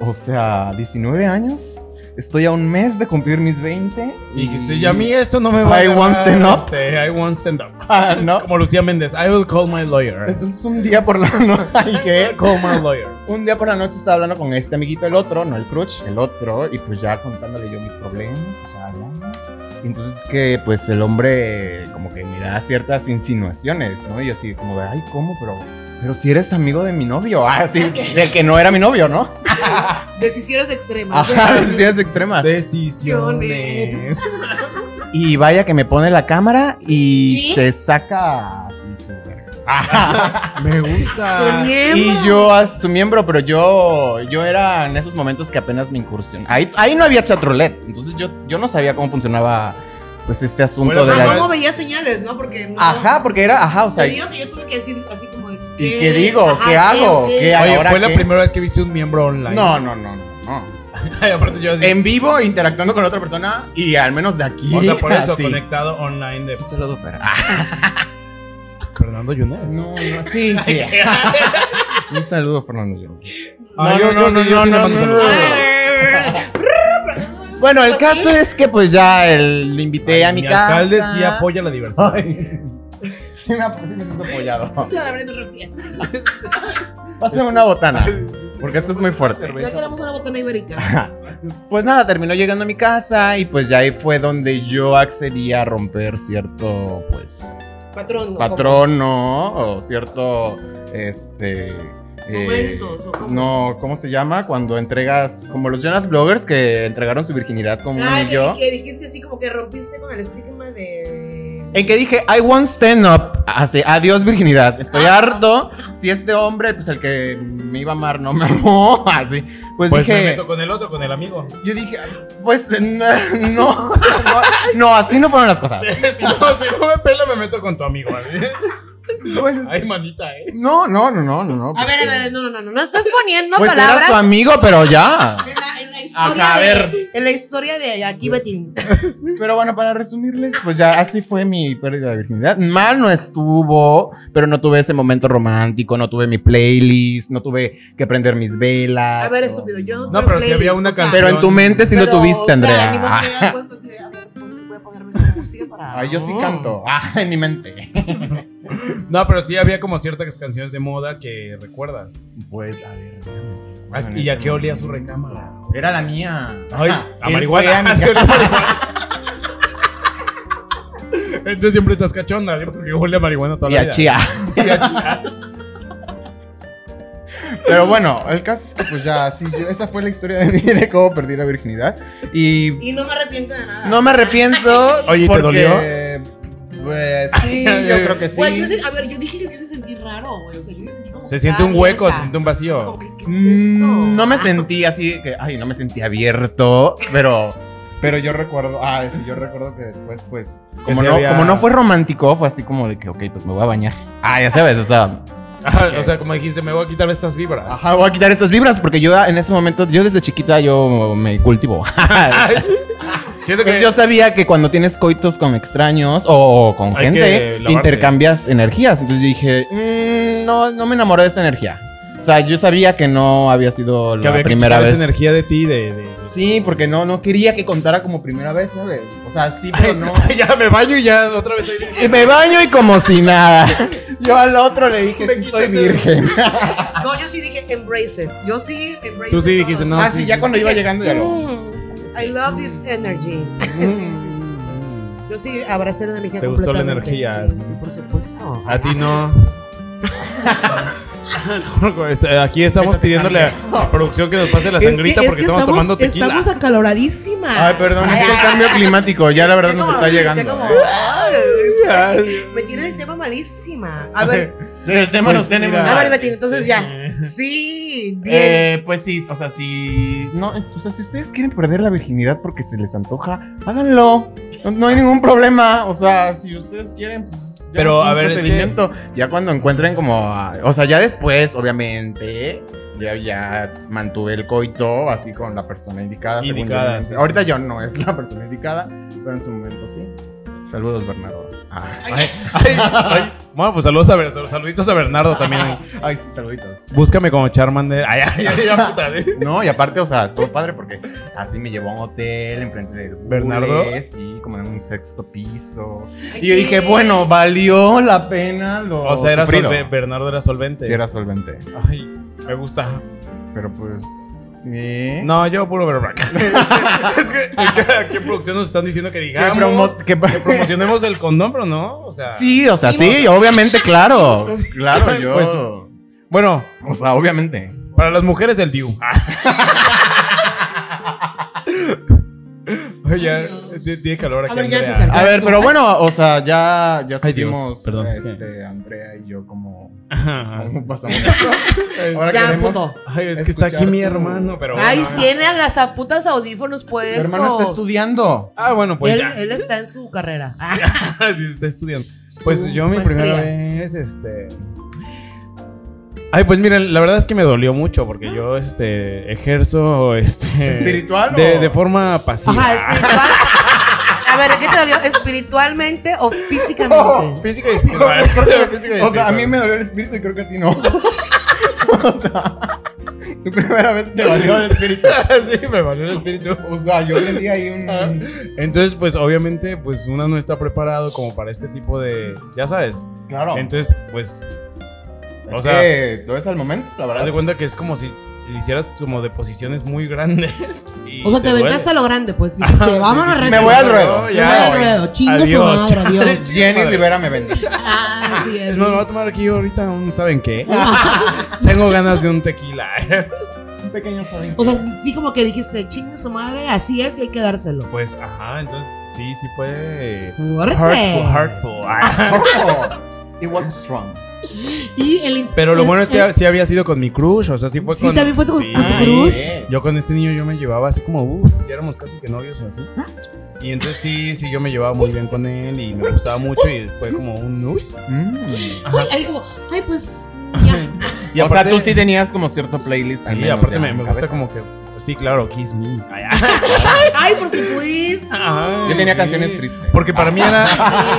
C: ¿qué? O sea, 19 años, estoy a un mes de cumplir mis 20.
B: Y dijiste, y a mí esto no me va
C: I
B: a
C: won't
B: agarrar,
C: stand up.
B: este, I won't stand up.
C: Ah, ¿no?
B: Como Lucía Méndez, I will call my lawyer.
C: Entonces un día por la noche, ¿qué?
B: Call my lawyer.
C: Un día por la noche estaba hablando con este amiguito, el otro, no el crutch, el otro, y pues ya contándole yo mis problemas, o sea, hablando. Y entonces que pues el hombre como que me da ciertas insinuaciones, ¿no? Y yo así como de, ay, ¿cómo? Pero, pero si eres amigo de mi novio, ah, sí, del que no era mi novio, ¿no?
A: Decisiones extremas.
C: Ajá, decisiones extremas.
B: Decisiones.
C: Y vaya que me pone la cámara y
A: ¿Qué?
C: se saca así su verga.
B: Me gusta.
A: Su
C: Y
A: miembro.
C: yo a su miembro, pero yo yo era en esos momentos que apenas me incursión. Ahí, ahí no había chatrolet, entonces yo, yo no sabía cómo funcionaba pues este asunto
B: Bueno,
C: de
A: Ah,
C: la...
A: ¿Cómo veía señales, no? Porque. no-
C: Ajá, porque era, ajá, o sea,
A: Te
C: ¿y
A: digo que yo tuve que decir así como. de,
C: qué, digo?
A: Ajá,
C: ¿Qué hago?
A: qué?
C: ¿Qué
B: Oye,
C: ahora
B: fue la
C: qué?
B: primera vez que viste un miembro online.
C: No, no, no, no, no.
B: Ay, aparte yo así.
C: En vivo interactuando con la otra persona y al menos de aquí.
B: o sea, por eso,
C: así.
B: conectado online de.
C: Un saludo, Fer.
B: Fernando Yunes.
C: No, no, sí, sí. Un saludo, Fernando. Yunes.
B: Ah,
C: No,
B: yo-
C: no,
B: yo
C: no,
B: sí, yo
C: no,
B: sí le
C: no,
B: mando
C: no,
B: saludos.
C: Bueno, el caso es que pues ya el- lo invité a mi,
B: Mi
C: casa.
B: alcalde sí apoya la diversidad.
C: Ay. Sí me, ap- sí me siento apoyado.
A: Solamente rompía.
C: Pásame una botana. Porque esto es muy fuerte.
A: Ya queremos una botana ibérica.
C: Pues nada, terminó llegando a mi casa y pues ya ahí fue donde yo accedí a romper cierto, pues,
A: Patrón. ¿no?
C: patrono o cierto, este... eh,
A: Momentos, ¿o cómo?
C: no, ¿cómo se llama? Cuando entregas, como los Jonas Bloggers que entregaron su virginidad como
A: Ah,
C: y
A: que,
C: yo.
A: que dijiste así como que rompiste con el estigma de.
C: En que dije, I won't stand up. Así, adiós virginidad. Estoy
A: Ah.
C: harto. Si este hombre, pues el que me iba a amar, no me amó. Así.
B: Pues
C: Pues,
B: me
C: dije,
B: meto con el otro, con el amigo.
C: yo dije, pues no, no, no, así no fueron las cosas.
B: si, no, si no me pela, me meto con tu amigo.
C: Pues,
B: Ay, manita, eh.
C: no, no, no, no, no. no.
A: A ver, a ver, no, no, no, no, no estás poniendo
C: Pues era
A: palabras.
C: su amigo, pero ya.
A: En la, en la historia
C: Ajá, a
A: de,
C: ver.
A: En la historia de aquí, Betín.
C: Pero bueno, para resumirles, pues ya así fue mi pérdida de virginidad. Mal no estuvo, pero no tuve ese momento romántico, no tuve mi playlist, no tuve que prender mis velas.
A: A ver,
C: o-
A: estúpido, yo no
B: No,
A: tuve
B: pero si había
A: playlist,
B: una
A: o sea,
B: canción.
C: Pero en tu mente sí lo
A: pero,
C: tuviste,
A: o sea,
C: Andrea.
A: ni modo que haya puesto así de, a ver, pon- voy a ponerme esta música para.
C: Ay, yo sí
A: No.
C: canto. Ah, en mi mente.
B: No, pero sí había como ciertas canciones de moda que recuerdas.
C: Pues, a ver.
B: Ah, ¿Y a qué olía su recámara?
C: Era la mía.
B: Ay,
C: Ajá.
B: a
C: Él
B: marihuana. Sí,
C: fue a
B: olía a
C: mi casa.
B: marihuana. Entonces siempre estás cachonda, ¿sí? porque huele a marihuana toda
C: Y
B: la
C: a
B: vida.
C: chía. Pero bueno, el caso es que pues ya, sí, yo- esa fue la historia de mí, de cómo perdí la virginidad. Y
A: Y no me arrepiento de nada.
C: no me arrepiento.
B: Oye, ¿y te
C: porque,
B: dolió?
C: Pues sí, yo creo que sí.
A: Güey, yo sí- a ver, yo dije que sí se sentí raro, güey. O sea, yo sí sentí como.
B: Se
A: que
B: siente
A: estaba
B: un hueco,
A: abierta.
B: se siente un
A: O sea,
B: vacío.
A: como que, ¿qué es esto?
C: Mm, No me sentí así que, ay, no me sentí abierto, pero pero yo recuerdo, ah, sí, yo recuerdo que después pues como
B: sí
C: no
B: había-
C: como no fue romántico, fue así como de que, ok, pues me voy a bañar. Ah, ya sabes, o sea,
B: Ajá, Ah, o sea, como dijiste, me voy a quitar estas vibras.
C: ajá, voy a quitar estas vibras porque yo en ese momento, yo desde chiquita yo me cultivo.
B: Siento que
C: Pues yo sabía que cuando tienes coitos con extraños o con
B: Hay que
C: gente,
B: lavarse.
C: intercambias energías. Entonces yo dije, "Mm, no, no me enamoré de esta energía. O sea, yo sabía que no había sido
B: que
C: la
B: había que
C: primera
B: quitar esa
C: vez.
B: energía de ti, de... de- de-
C: Sí, porque no, no quería que contara como primera vez, ¿sabes? O sea, sí, pero no.
B: ya me baño y ya otra vez ahí-
C: Y me baño y como si nada. Yo al otro le dije,
B: Me
C: sí, soy
B: quitaste-
C: virgen.
A: No, yo sí dije embrace it. Yo sí embrace
B: Tú sí
A: it
B: dijiste,
A: todo.
B: No,
C: ah,
B: sí,
C: sí, ya
B: sí.
C: cuando iba llegando ya lo.
A: Mm, I love this energy. Yo sí abracé la energía
B: Mm. ¿Te gustó la
A: completamente.
B: energía?
A: Sí, sí, por supuesto.
B: A ti no. Loco, este, Aquí estamos pidiéndole a la producción que nos pase la sangrita porque estamos, tomando tequila.
A: Estamos acaloradísimas.
C: Ay, perdón, es que el cambio climático ya la verdad nos está llegando.
A: este, me tiene el tema malísima. A ver,
C: El tema
B: Pues
C: nos tiene
B: mira.
A: a ver, Betín, entonces ya.
B: Eh,
A: Sí, bien.
C: Eh, pues sí, o sea, si. No, o sea, si ustedes quieren perder la virginidad porque se les antoja, háganlo. No, no hay ningún problema. O sea, si ustedes quieren, pues. ya
B: Pero,
C: es un
B: a ver, es
C: procedimiento. Ya cuando encuentren como. ah, O sea, ya después, obviamente. Ya, ya mantuve el coito así con la persona indicada. según yo.
B: Indicada, sí.
C: Ahorita yo no es la persona indicada, pero en su momento sí. Saludos, Bernardo. Ah, ay,
B: ay, ay. Bueno, pues saludos a, Ber- saluditos a Bernardo también.
C: ay, sí, saluditos.
B: Búscame como Charmander. Ay, ay, ay, ya puta. eh.
C: No, y aparte, o sea, estuvo padre porque así me llevó a un hotel enfrente de
B: ¿Bernardo?
C: Sí, como en un sexto piso.
A: Ay,
C: Y yo dije,
A: qué-
C: bueno, valió la pena lo.
B: O sea, era
C: sufrido.
B: solve- Bernardo era solvente.
C: Sí, era solvente.
B: Ay, me gusta.
C: Pero pues. Sí.
B: No, yo puro verbrack. es que aquí en producción nos están diciendo que
C: Que
B: digamos
C: promo- que-
B: que promocionemos el condón, pero no. O sea,
C: Sí, o sea, sí, obviamente, claro. Pues, Claro, yo.
B: Bueno,
C: o sea, obviamente.
B: Para las mujeres el Diu. Ah. Oye, t- tiene calor aquí.
A: A ver, ya
B: Andrea.
A: se salió.
C: A ver, pero bueno, o sea, ya, ya
B: Ay, Dios,
C: supimos,
B: perdón, es que- Ah,
C: este, Andrea y yo como
B: Ajá.
C: cómo pasamos esto. Ahora
A: Ya,
C: queremos-
A: puto.
B: Ay, es que está aquí
C: Escuchar
B: mi
C: tu-
B: hermano, pero.
A: Ay,
B: bueno.
A: tiene a las a putas audífonos
C: Mi
A: pues.
C: hermano está estudiando.
B: Ah, bueno, pues
A: él,
B: ya.
A: él está en su carrera.
B: Sí, está estudiando. Pues
A: Su
B: yo mi
A: maestría.
B: primera vez, este. Ay, pues miren, la verdad es que me dolió mucho porque yo, este, ejerzo, este.
C: ¿Espiritual o-
B: De, de forma pasiva.
A: Ajá, espiritual. A ver, ¿a ¿qué te dolió? ¿Espiritualmente o
B: Oh,
A: físicamente?
B: física y espiritual. Física y
C: O sea, a mí
B: espiritual.
C: me dolió el espíritu y creo que a ti no. o sea, tu primera vez te dolió el espíritu.
B: sí, me valió el espíritu.
C: O sea, yo sentí ahí un.
B: Entonces, pues obviamente, pues uno no está preparado como para este tipo de, ya sabes.
C: Claro.
B: Entonces, pues,
C: es
B: o sea-
C: que todo es al momento, la
B: haz de
C: verdad.
B: cuenta que es como si le hicieras como de posiciones muy grandes. y
A: O sea, te
B: duele.
A: aventaste a lo grande, pues. Dijiste, vámonos
C: Me voy al ruedo.
B: No,
A: Me voy al ruedo. Chinga su
B: Adiós.
A: madre, adiós.
C: Jenny Rivera me bendice.
A: Ah, Así
B: Es
A: es.
B: más, me voy a tomar aquí ahorita un, ¿saben qué? Tengo ganas de un tequila.
C: Un pequeño sabín.
A: O sea, sí como que dijiste, chinga su madre, así es y hay que dárselo.
B: Pues, ajá, entonces sí, sí fue...
A: Fuerte.
B: Heartful, heartful. Ah.
C: Oh, it was strong.
A: Y el,
B: Pero lo
A: el-
B: bueno es que
A: el-
B: sí había sido con mi crush, o sea, sí fue
A: Sí,
B: con...
A: también fue tu-
B: Sí.
A: con tu
C: Ah,
A: crush.
C: yes.
B: Yo con este niño yo me llevaba así como, uff, ya éramos casi que novios así.
A: Ah.
B: Y entonces sí, sí, yo me llevaba muy bien con él y me gustaba mucho y fue como un... uy.
C: Mm.
A: Ay, ahí como, ay, pues ya.
B: Y
C: o
B: aparte-
C: sea, tú sí tenías como cierto playlist. al
B: Sí,
C: menos,
B: aparte
C: ya,
B: me,
C: en
B: me gusta
C: cabeza.
B: como que... pues Sí, claro, Kiss Me. Ay, ah.
A: ay, por supuesto.
B: Ajá.
C: Yo tenía
B: Sí.
C: canciones tristes.
B: Porque para mí era.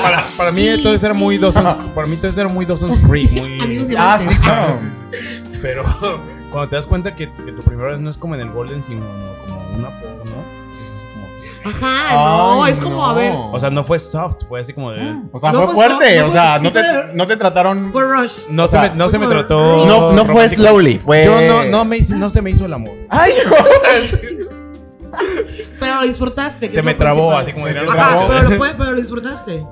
B: Para, para mí
A: Sí,
B: todo eso era muy
A: sí.
B: Dawson's. Para mí todo eso era muy Dawson's Creek. Muy,
A: Amigos y
C: Ah, sí, claro.
B: pero cuando te das cuenta que, que tu primera vez no es como en el Golden, sino como una porno. es así como-
A: Ajá, no,
C: Ay,
A: es como, a ver,
B: O sea, no fue soft, fue así como de.
C: O sea,
A: No fue
C: fue fuerte.
A: so- no
C: o
A: fue-
C: sea, no,
A: sí
C: te,
A: fue-
C: no te trataron.
A: fue Rush.
B: No,
C: O
B: se,
C: sea,
B: me, no se me
A: fue-
B: trató.
C: No, no fue
B: romántico.
C: slowly, fue.
B: Yo no, no, me, hice- no se me hizo el amor.
C: Ay,
A: Pero lo disfrutaste. que
B: Se
A: es
B: me
A: lo
B: trabó,
A: principal.
B: así como dirían los
A: Ajá,
B: trabó.
A: pero lo, fue- pero lo disfrutaste.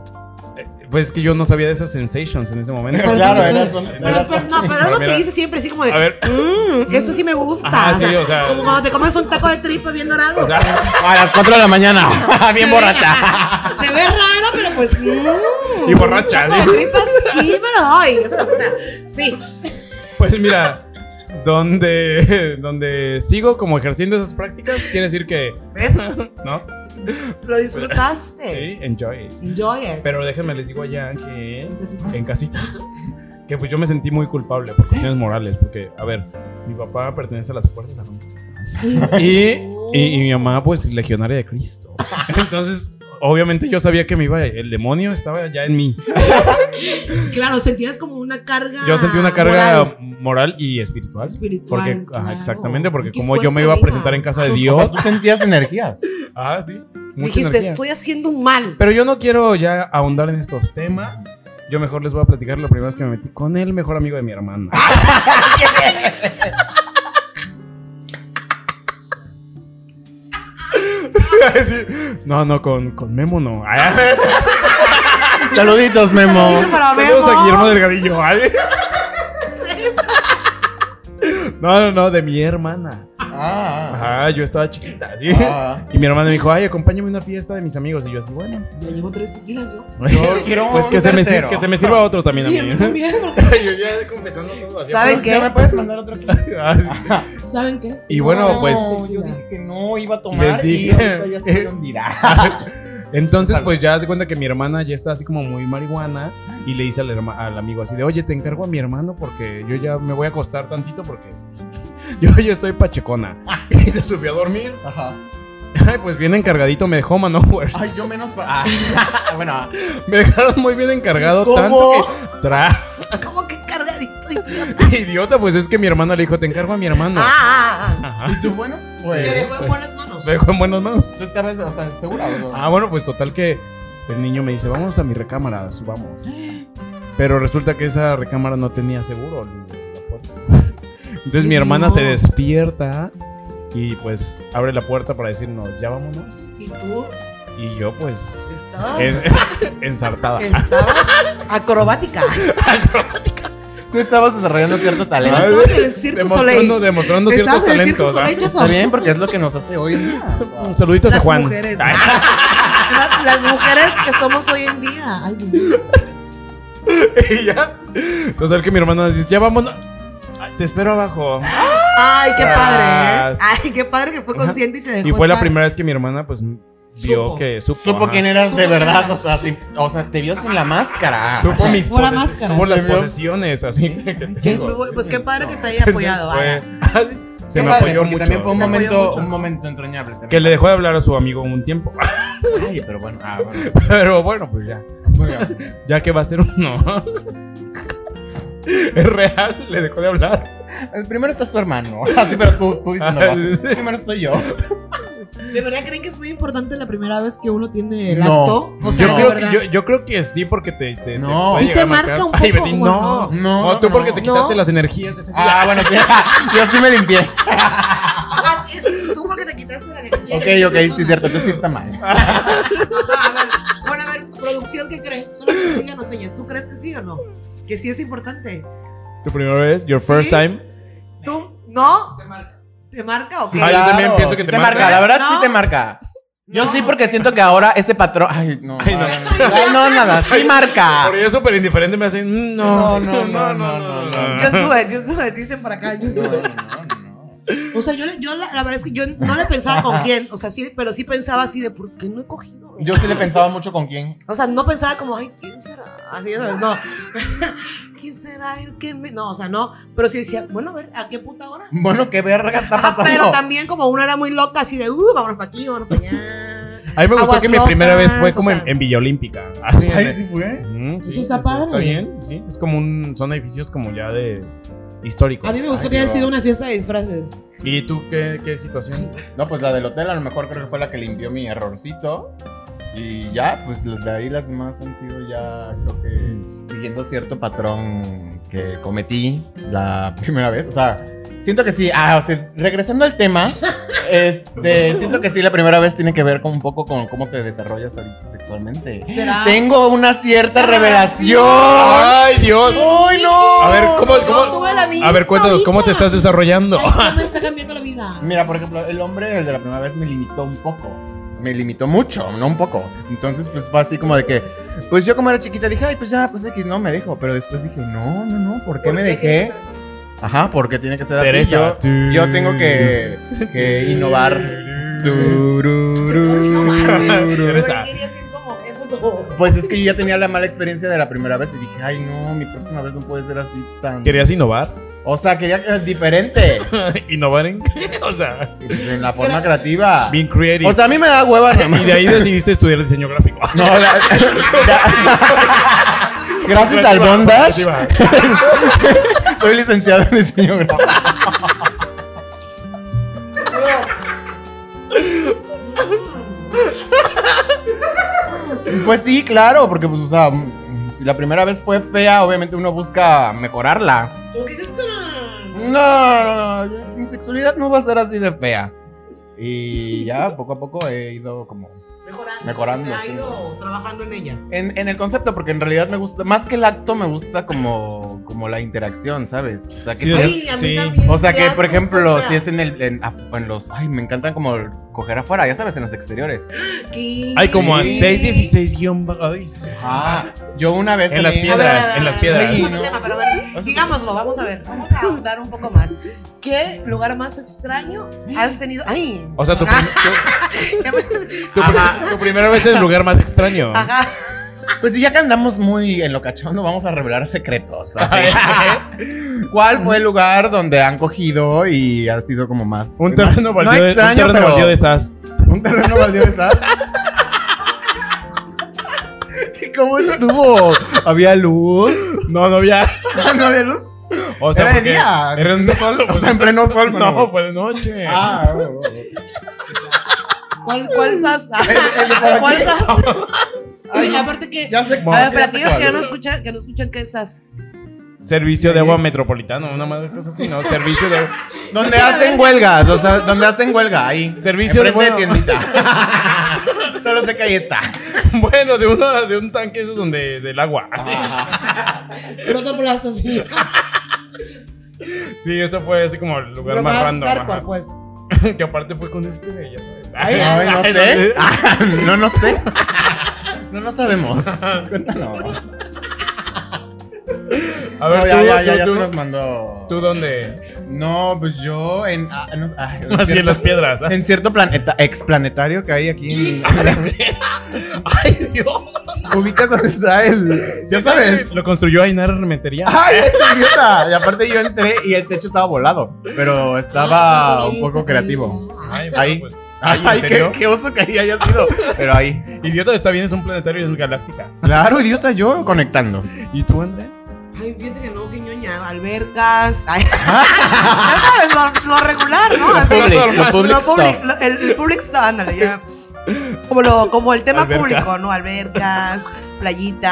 B: Pues es que yo no sabía de esas sensations en ese momento.
A: Pero,
C: Claro,
A: pero-
C: eras-
A: pero-
C: eras-
A: pero- no, pero algo
B: Mira.
A: te dice siempre así como de,
B: A ver.
A: "Mm, esto sí me gusta.
B: Ajá,
A: o, sea,
B: sí, o sea-
A: como cuando te comes un taco de tripa bien dorado.
B: O sea,
C: A las 4 de la mañana. Bien
A: Se ve-
C: borracha.
A: ajá, Se ve raro, pero pues. mm,
B: Y borracha,
A: un taco
B: ¿sí?
A: de tripas sí me lo doy. O sea, sí.
B: Pues mira, donde, donde sigo como ejerciendo esas prácticas, quiere decir que.
A: ¿Ves?
B: ¿No?
A: Lo disfrutaste.
B: Sí, enjoy. it.
A: Enjoy it.
B: Pero déjenme les digo allá que
A: Entonces,
B: en casita que pues yo me sentí muy culpable por cuestiones morales, porque a ver, mi papá pertenece a las fuerzas armadas y,
A: Oh.
B: y, y mi mamá pues legionaria de Cristo. Entonces, obviamente yo sabía que me iba el demonio estaba ya en mí.
A: Claro, sentías como una carga.
B: Yo sentí una carga
A: Ah, moral.
B: moral, y espiritual,
A: Espiritual,
B: porque ajá,
A: claro.
B: exactamente, porque
A: Y qué
B: como yo me
A: fuerte,
B: iba a
A: amiga.
B: presentar en casa de
C: O sea,
B: Dios,
C: tú sentías energías.
B: ah, sí, mucha
A: Dijiste,
B: energía.
A: estoy haciendo un mal.
B: Pero yo no quiero ya ahondar en estos temas. Yo mejor les voy a platicar la primera vez que me metí con el mejor amigo de mi hermana. No, no, con, con Memo no. Ay,
C: Saluditos, Memo.
A: Saludito para
B: Saludos a Guillermo
A: Memo.
B: Delgadillo. Ay. No, no, no, de mi hermana.
C: Ah,
B: Ajá, yo estaba chiquita, así.
C: Ah.
B: Y mi hermana me dijo, ay, acompáñame a una fiesta de mis amigos. Y yo así, bueno.
A: Yo llevo tres tequilas yo.
C: Yo quiero
B: pues
C: un
B: que, se me, sir-
C: tercero.
B: que se me sirva otro también
A: Sí,
B: a
A: a
B: mí.
A: mí también.
B: yo ya confesando todo. así, pues.
A: ¿Saben
B: pero-
A: qué?
C: ¿Ya me puedes mandar otro aquí?
B: Ah, sí.
A: ¿Saben qué?
B: Y bueno,
C: No,
B: pues-
C: Yo dije que no iba a
B: Les
C: tomar.
B: dije.
C: Y ahorita ya estoy hundida.
B: Entonces,
C: Salud.
B: pues ya se cuenta que mi hermana ya está así como muy marihuana y le dice al, herma- al amigo así de, oye, te encargo a mi hermano porque yo ya me voy a acostar tantito porque yo, yo estoy pachecona. Y se subió a dormir.
C: Ajá.
B: Ay, pues bien encargadito me dejó Manowar.
C: Ay, yo menos para. bueno, ah.
B: Me dejaron muy bien encargado
A: ¿Cómo?
B: tanto que... Tra-
A: ¿Cómo que cargadito?
B: idiota, pues es que mi hermana le dijo, te encargo a mi hermano.
A: Ah, ah, ah.
B: Ajá.
C: ¿y tú bueno?
A: Te
C: Pues.
A: dejó en
B: pues,
A: buenas manos.
B: Me dejó en buenas manos.
C: Tú estabas, o sea, segura. o no?
B: Ah, bueno, pues total que el niño me dice, vamos a mi recámara, subamos. Pero resulta que esa recámara no tenía seguro. ni la puerta. Entonces mi hermana se
A: Dios.
B: despierta y pues abre la puerta para decirnos, ya vámonos.
A: Y tú
B: Y yo pues
A: estabas.
B: en- ensartada.
A: Estabas acrobática.
C: Tú estabas desarrollando cierto talento.
A: Estabas en el Circo
B: Demostrando,
A: Soleil.
B: demostrando ciertos
A: Estabas en el Circo
B: talentos.
A: Soleil,
B: ¿ah?
A: chafa.
C: Está bien, porque es lo que nos hace hoy. en día, o sea.
B: Saluditos
A: Las
B: a Juan.
A: mujeres.
B: Ay,
A: Las, las mujeres que somos hoy en día. Ay, Dios.
B: y ya. Total que mi hermana dice, ya vámonos. Ay, te espero abajo.
A: Ah, Ay, qué padre.
B: Ah,
A: ¿eh? Ay, qué padre que fue consciente y te dejó.
B: Y fue la
A: estar.
B: primera vez que mi hermana pues vio
A: Supo.
B: que supo.
C: Supo
B: ajá.
C: quién eras de verdad, o sea, sin- o sea, te vio sin la máscara.
B: Supo mis
A: Pura
B: poses-
A: máscara.
B: supo las
C: Se vio.
B: posesiones, así que
A: Ah. Qué-
B: tengo.
A: Pues qué padre que te haya apoyado.
B: Entonces
A: vaya.
B: fue- Se
C: Qué
B: me
C: padre,
B: apoyó
C: porque
B: mucho.
C: También fue un
A: Se apoyó
C: momento,
A: mucho.
C: un momento entrañable. también.
B: Que le dejó de hablar a su amigo un tiempo.
C: Ay, pero bueno. Ah, bueno.
B: Pero bueno, pues ya.
C: Muy bien.
B: Ya que va a ser uno. es real, le dejó de hablar.
C: El Primero está su hermano. Así, pero tú, tú dices, no, vas. primero estoy yo.
A: ¿De verdad creen que es muy importante la primera vez que uno tiene
C: No.
A: lacto? O sea,
B: yo,
A: de
B: creo
A: verdad.
B: que, yo, yo creo que sí, porque te. te-
C: No.
B: puede
C: Sí
B: llegar
A: te
B: a marcar.
A: marca un
B: Ay,
A: poco,
B: Betín,
A: bueno.
B: no.
C: No,
B: No, tú
C: no.
B: porque te quitaste
A: No.
B: las energías de ese día.
C: Ah, bueno, sí, yo sí me limpié.
A: Ah, sí, es tú porque te quitaste la energía.
C: Ok, ok, sí, es cierto, tú sí está
B: Ah,
C: mal.
A: Ajá, Pues, a ver, bueno, a ver, producción, ¿qué cree? Solo que díganos ellas. ¿Tú crees que sí o no? Que sí es importante.
B: Tu primera vez, your
A: Sí.
B: first time.
A: ¿Tú? ¿No? Te marca. ¿Te marca o qué?
B: Ah, yo también pienso que
C: sí
B: te
C: te,
B: marca.
C: marca. La verdad sí
A: No.
C: te marca. Yo
A: No.
C: sí porque siento que ahora ese patrón... Ay, no.
B: Ay, no.
C: Ay, no, nada, sí
A: Ah.
C: marca.
B: Por eso, pero indiferente me hacen. mm, No,
C: No, no, no, no, no, no.
A: Just do it, just do it, dicen por acá. Just do
C: No,
A: it.
C: no, no, no.
A: O sea, yo, le- yo la, la verdad es que yo no le pensaba con quién, o sea, sí, pero sí pensaba así de por qué no he cogido. güey?
C: Yo sí le pensaba mucho con quién.
A: O sea, no pensaba como, ay, ¿quién será? Así, ya sabes, no. ¿Quién será el que me.? No, o sea, no. Pero sí decía, bueno, a ver, ¿a qué puta hora?
C: Bueno, qué verga está
A: Ah,
C: pasando.
A: pero también, como uno era muy loca, así de, uh, vámonos para aquí, vámonos para allá.
B: A mí me gustó
A: Aguas
B: que mi primera vez
A: locas,
B: fue
A: o
B: como en-
A: sea.
B: en, Villa Olímpica. Así,
C: Ay, sí fue.
B: Mm, sí,
A: Eso está
B: Está
A: padre.
B: bien, sí. Es como un. Son edificios como ya de. históricos.
A: A mí me gustó
C: Ay,
A: que haya
C: Dios.
A: sido una fiesta de disfraces.
B: ¿Y tú qué, qué situación?
C: No, pues la del hotel a lo mejor creo que fue la que limpió mi errorcito. Y ya, pues las- de ahí las demás han sido ya, creo que siguiendo cierto patrón que cometí la primera vez. O sea, siento que sí. Ah, o sea, regresando al tema, este, siento que sí, la primera vez tiene que ver con un poco con cómo te desarrollas ahorita sexualmente.
A: ¿Será?
C: Tengo una cierta revelación.
B: ¡Ay, Dios!
C: ¡Ay, no!
B: A ver, ¿cómo,
A: Yo
B: cómo-
A: tuve la misma
B: a ver, cuéntanos, ¿cómo te
A: ahorita.
B: estás desarrollando?
A: Ay, no me está cambiando la vida.
C: Mira, por ejemplo, el hombre, el de la primera vez, me limitó un poco. Me limitó mucho, no un poco. Entonces, pues fue así como de que, pues yo como era chiquita dije, ay, pues ya, pues X, no, me dejo. Pero después dije, no, no, no, ¿por qué me dejé? Ajá, porque tiene que ser así.
B: Teresa.
C: Yo, yo tengo que, que innovar. Tururú.
B: Teresa.
A: Quería decir como, qué puto.
C: Pues es que yo ya tenía la mala experiencia de la primera vez y dije, ay, no, mi próxima vez no puede ser así tan.
B: ¿Querías innovar?
C: O sea, quería que diferente
B: ¿Innovar en qué? O sea,
C: en la forma creativa.
B: being creative.
C: O sea, a mí me da hueva nada más.
B: y de ahí decidiste estudiar diseño gráfico.
C: No, la- la- gracias al bondage, soy licenciado en diseño gráfico. Pues sí, claro, porque pues, o sea, mm, si la primera vez fue fea, obviamente uno busca mejorarla.
A: ¿Cómo que es esto?
C: No, no, no, mi sexualidad no va a ser así de fea. Y ya, poco a poco he ido como
A: Mejorando.
C: Mejorando,
A: Se ha
C: sí.
A: ido trabajando en ella.
C: En, en el concepto, porque en realidad me gusta, más que el acto, me gusta como, como la interacción, ¿sabes? O sea, que,
B: Sí,
C: si
B: es-
A: Ay,
C: es-
A: a mí
B: sí.
A: también.
C: o sea,
A: qué
C: que por
A: asco,
C: ejemplo,
A: Sofía.
C: si es en, el, en, af- en los... Ay, me encantan como coger afuera, ya sabes, en los exteriores.
A: ¿Qué?
B: Hay como a
C: Sí.
B: 616 guión. ba- ay, sí.
C: Ah, yo una vez...
B: En las
A: A
C: también-
A: ver, a ver,
B: piedras,
A: a ver,
B: en las
A: a ver, a ver,
B: piedras.
A: es otro tema, pero a ver,
C: No.
A: sigámoslo, vamos a ver, vamos a ahondar un poco más. ¿Qué lugar más extraño has tenido? Ay, Ah,
B: O sea, tu, prim- tu-
A: ya me-
B: tu prim- tu primera vez es el lugar más extraño.
A: ajá.
C: Pues sí, ya que andamos muy en lo cachondo, vamos a revelar secretos. así. ¿Cuál fue el lugar donde han cogido y ha sido como más...
B: Un
C: más-
B: terreno baldío,
C: no
B: de-
C: extraño,
B: un terreno
C: pero-
B: baldío de SAS.
C: Un terreno valió de esas. ¿Y cómo estuvo? ¿Había luz?
B: No, no había.
C: ¿No había luz?
B: O sea,
C: Era de
B: porque
C: día.
B: Era un solo. pues,
C: O sea, en pleno sol,
B: No,
C: mano.
B: fue de noche.
C: Ah,
A: ¿Cuál, cuál sas?
C: el de por
A: ¿Cuál
C: aquí.
A: sas? Y aparte que,
C: ya sé.
A: a ver, para
C: ya sé
A: aquellos
C: cuál.
A: que no escuchan, que no escuchan qué es sas.
B: Servicio de agua metropolitano, una más cosa así, ¿no? Servicio de
C: Donde hacen huelgas, o sea, donde hacen huelga, ahí.
B: Servicio de
C: Enfrente
B: huelga.
C: tiendita. Solo sé que ahí está.
B: Bueno, de una, de un tanque esos donde del agua.
C: Ah.
A: Pero te plazas así.
B: Sí, eso fue así como el lugar
A: Lo
B: más,
A: más
B: random.
A: hardcore,
B: ajá.
A: pues.
B: Que aparte fue con este, ya sabes. ¿eh?
C: Ay, ay, no Ah, sé. Ah, No, no sé. No, no sabemos. Cuéntanos.
B: A ver,
C: No,
B: tú,
C: ya, ya,
B: tú,
C: ya, ya
B: tú,
C: se los mandó.
B: ¿Tú dónde?
C: No, pues yo en. ah, no, ay, en
B: Así en
C: cierto-
B: las piedras. ¿ah?
C: En cierto planeta, explanetario que hay aquí en.
B: Ay, Dios.
C: Ubicas donde está el. Ya sabes.
B: Lo construyó Ainar Rementería.
C: ¡Ay, es idiota! Y aparte yo entré y el techo estaba volado. Pero estaba un poco creativo.
B: Ay,
C: Ahí.
B: bueno, pues.
C: Ay,
B: Ay, ¿en
C: qué,
B: serio?
C: qué oso que ahí haya sido. Pero ahí.
B: Idiota está bien, es un planetario y es galáctica.
C: Claro, idiota, yo conectando.
B: ¿Y tú, André?
A: Ay, fíjate que no, que ñoña. Albercas. Ay. ya sabes, lo, lo regular, ¿no? Así.
C: public, lo public
A: Lo public-
C: stuff.
A: lo- el, el public stuff, ándale, ya. Como, lo, como el tema
B: Albercas.
A: público, ¿no? Albercas, playitas,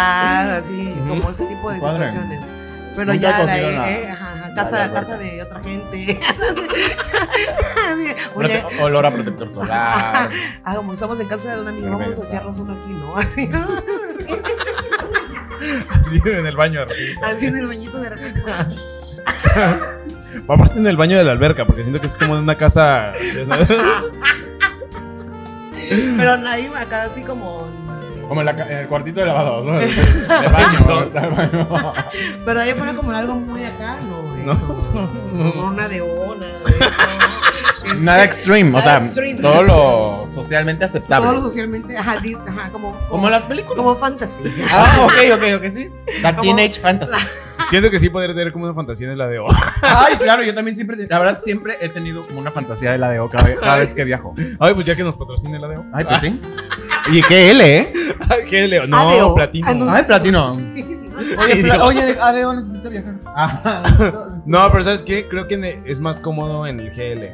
A: así,
B: Ujú.
A: como ese tipo de
C: Padre.
A: situaciones. Pero
C: Nunca he
A: ya,
C: cogido
A: de,
C: la-
A: eh, ajá, ajá,
C: la
A: casa,
C: alberca.
A: casa de otra gente. Así, Oye,
C: Prote- olor a protector solar.
A: ah, como estamos en casa de un amigo, vamos a
C: Cerveza.
A: echarnos uno aquí, ¿no? Así,
B: Sí, en el baño.
A: así en el bañito de repente.
B: Aparte en el baño de la alberca, porque siento que es como en una casa. ya sabes.
A: Pero ahí acá así como
C: Como en, la ca- en el cuartito de lavado. ¿no? De baño. está el baño.
A: Pero ella pone como en algo muy acá, ¿no? güey?
B: No, no, no.
A: Como Una de una, de eso. Este,
C: Nada extreme, o
A: nada
C: sea,
A: extreme.
C: todo lo socialmente
A: Todo
C: aceptable.
A: lo socialmente, ajá, dis- ajá, como,
C: Como
A: como,
C: las películas.
A: como fantasía.
C: Ah, ok, ok, ok, sí. La
A: Como-
C: Teenage Fantasy.
B: Siento que sí podría tener como una fantasía de la de. oh,
C: Ay, claro, yo también siempre, la verdad, siempre he tenido como una fantasía de la de O cada, cada vez que viajo.
B: Ay, pues ya que nos patrocine la de. oh.
C: Ay, pues sí. Y qué L, ¿eh?
B: Ay, ¿Qué Leo? No,
A: ADO.
B: platino.
A: Ah, no.
C: Ay, platino.
A: Sí.
C: Oye,
B: Dios.
C: pla- oye, de- ADO necesito viajar. Ah,
B: No, pero ¿sabes qué? Creo que ne- es más cómodo en el GL.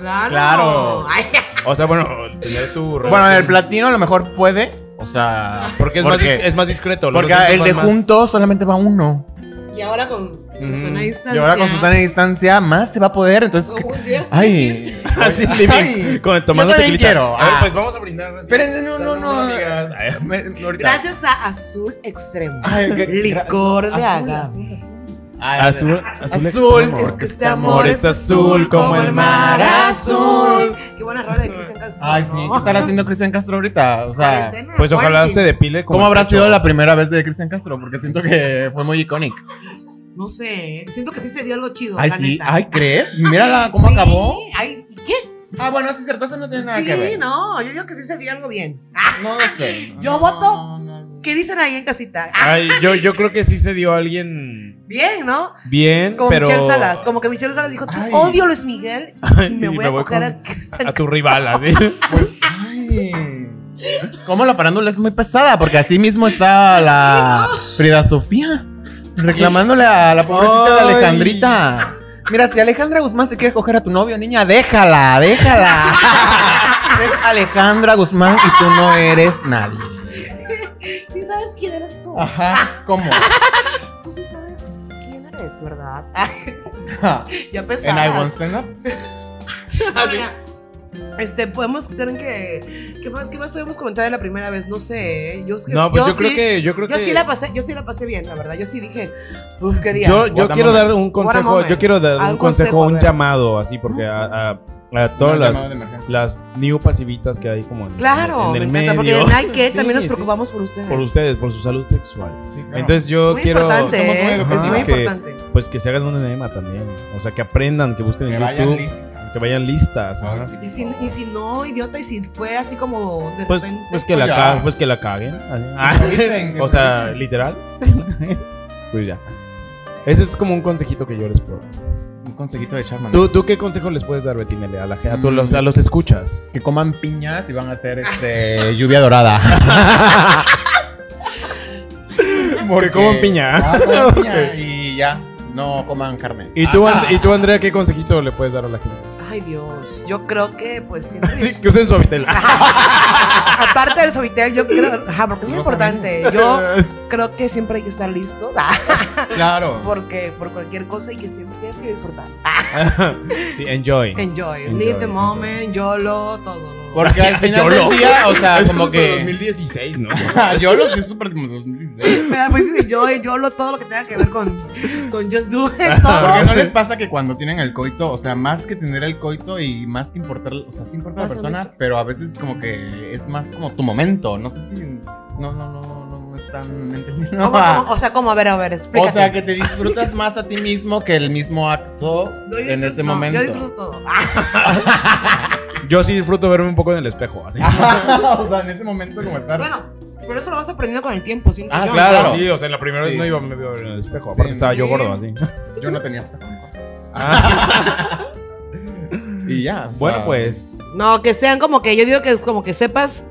A: Claro.
C: Claro.
A: Ay,
B: O sea, bueno, tener tu.
C: bueno,
B: relación-
C: el platino a lo mejor puede. O sea.
B: Porque es,
C: porque,
B: más, dis- es más discreto. los
C: porque
B: dos
C: el de
B: síntomas más-
C: junto solamente va uno.
A: y ahora con Susana a
B: Mm,
A: Distancia.
C: Y ahora con Susana a distancia más se va a poder. Entonces. ¿qué-
A: Uy, ya está, sí,
C: Ay.
B: Así, living,
C: Ay.
B: Con el tomando
C: Yo también
B: tequilita.
C: quiero.
B: A ver,
C: Ah.
B: pues vamos a brindar. así.
C: Espérense, no, no,
B: Salud,
C: no.
B: amigas. Ay,
C: Me- ahorita.
A: Gracias a Azul Extremo.
C: Ay, qué-
A: Licor de
C: Azul,
A: agave.
C: azul, azul. Ay,
B: Azul, azul,
C: Azul,
B: extremo.
A: Es que este amor es azul como el mar azul. Qué buena rola de Cristian Castro.
C: Ay, sí. ¿Qué estará haciendo Cristian Castro ahorita? O sea,
B: Pues ojalá se depile. como el
C: ¿cómo habrá
B: pecho.
C: sido la primera vez de Cristian Castro? Porque siento que fue muy icónica.
A: No sé, ¿eh? siento que sí se dio algo chido.
C: Ay,
A: la
C: sí.
A: neta.
C: Ay, ¿crees? Mírala cómo
A: Sí,
C: acabó.
A: Ay, ¿y ¿qué?
C: Ah, bueno, sí, es cierto, eso no tiene nada
A: sí,
C: que ver.
A: no, yo digo que sí se dio algo bien.
C: No lo sé.
A: Yo
C: No,
A: voto.
C: no, no.
A: ¿Qué dicen ahí en casita? Ah,
B: Ay, yo, yo creo que sí se dio a alguien
A: bien, ¿no?
B: bien,
A: Como
B: pero.
A: Michelle Salas, como que Michelle Salas dijo, "Te
C: Ay.
A: odio a Luis Miguel y me
B: Y
A: voy a coger
B: con-
A: a Cristian
B: a tu rival, así.
C: Pues, ay. Cómo la farándula es muy pesada, porque así mismo está la Frida Sofía reclamándole a la pobrecita de
B: Ay.
C: Alejandrita. Mira, si Alejandra Guzmán se quiere coger a tu novio, niña, déjala, déjala. Es Alejandra Guzmán y tú no eres nadie.
A: Castro". Sí sabes quién eres tú.
C: Ah. Ajá, ¿cómo?
A: Tú sí sabes quién eres, ¿verdad? Ay, ya
C: En
A: pensaba.
C: I Won't Stand Up.
A: Oiga, Este, podemos, creen que, ¿qué más, qué más podemos comentar de la primera vez? No sé, ¿eh? yo,
B: No, pues yo,
A: sí-
B: creo que. Yo, creo
A: yo
B: que
A: sí la pasé, yo sí la pasé bien, la verdad, yo sí dije, uf, qué día.
B: yo, yo
C: What a
B: quiero
C: moment.
B: dar un
A: What a
B: consejo.
A: moment.
B: Yo quiero dar
A: Ah,
B: un
A: un
B: consejo,
A: consejo, a
B: un
A: ver.
B: llamado, así, porque a, a- a todas
C: Una
B: las,
C: llamada de emergencia.
B: las new pasivitas que hay como en,
A: Claro,
B: en el
A: me encanta,
B: medio.
A: porque en Nike
B: Sí,
A: también nos
B: sí.
A: preocupamos por ustedes.
B: Por ustedes, por su salud sexual.
C: claro.
B: Entonces
A: Es
B: yo
A: muy
B: quiero.
A: importante,
C: somos muy
A: ¿eh?
C: educados.
A: es muy
B: Ajá. Que-
A: importante.
B: Pues que se hagan un enema también. O sea, que aprendan, que busquen
C: Que
B: en
C: vayan
B: YouTube.
C: listas.
B: que vayan listas. Pues, ajá.
A: Y si, y si no, idiota, y si fue así como de
B: Pues,
A: repente.
B: pues, que la
C: Ya.
B: ca- pues que la caguen. así. Ah,
C: Lo dicen,
B: o sea, literal. pues ya. Ese es como un consejito que yo les puedo dar.
C: Un consejito de Charmander.
B: ¿Tú, tú qué consejo les puedes dar, Betinele? A, la, gen- a, tu-
C: Mm.
B: los, a los escuchas.
C: Que coman piñas y van a hacer este lluvia dorada.
B: Porque coman piña.
C: Ah, coman piña y ya. No coman carne.
B: ¿Y tú,
C: Ajá.
B: And- ¿Y tú, Andrea, qué consejito le puedes dar a la gente?
A: Ay, Dios. Yo creo que, pues, siempre.
B: Sí, que usen su habitel.
A: Aparte del subitel, yo creo. Ajá, porque es muy
C: No
A: importante. Yo creo que siempre hay que estar listo. ah,
C: Claro.
A: Porque por cualquier cosa y que siempre tienes que disfrutar.
B: sí, enjoy.
A: Enjoy.
B: Enjoy.
A: Live the moment, YOLO, todo. lo-
C: Porque al final
B: Yolo.
C: del día, o
B: Ah,
C: sea, como que.
B: 2016, ¿no?
C: Yo lo sé súper como 2016.
A: Me da pues de enjoy, YOLO, todo lo que tenga que ver con, con Just Do It,
C: Porque
A: todo.
C: no les pasa que cuando tienen el coito, o sea, más que tener el coito y más que importar, o sea, sí importa la
A: Pasa
C: persona,
A: mucho.
C: pero a veces como que es más como tu momento. No sé si. No, no, no, no, no, no están
A: ¿Cómo,
C: entendiendo.
A: cómo? o sea, ¿cómo? A ver, a ver,
C: Ah. O
A: explícate.
C: sea, que te disfrutas más a ti mismo que el mismo acto
A: Yo
C: en
A: disfruto-
C: ese
A: no,
C: momento.
A: Yo disfruto todo. Ah,
B: Yo sí disfruto verme un poco en el espejo. Así.
C: o sea, en ese momento como estar.
A: Bueno, pero eso lo vas aprendiendo con el tiempo, siento
C: Ah,
A: yo.
B: claro,
C: claro.
B: sí. O sea, en la primera vez
C: Sí.
B: no iba, me iba a ver en el espejo. Aparte estaba yo gordo así.
C: Yo no tenía hasta
B: Ah.
C: Y ya. o sea,
B: bueno, pues.
A: No, que sean como que, yo digo que es como que sepas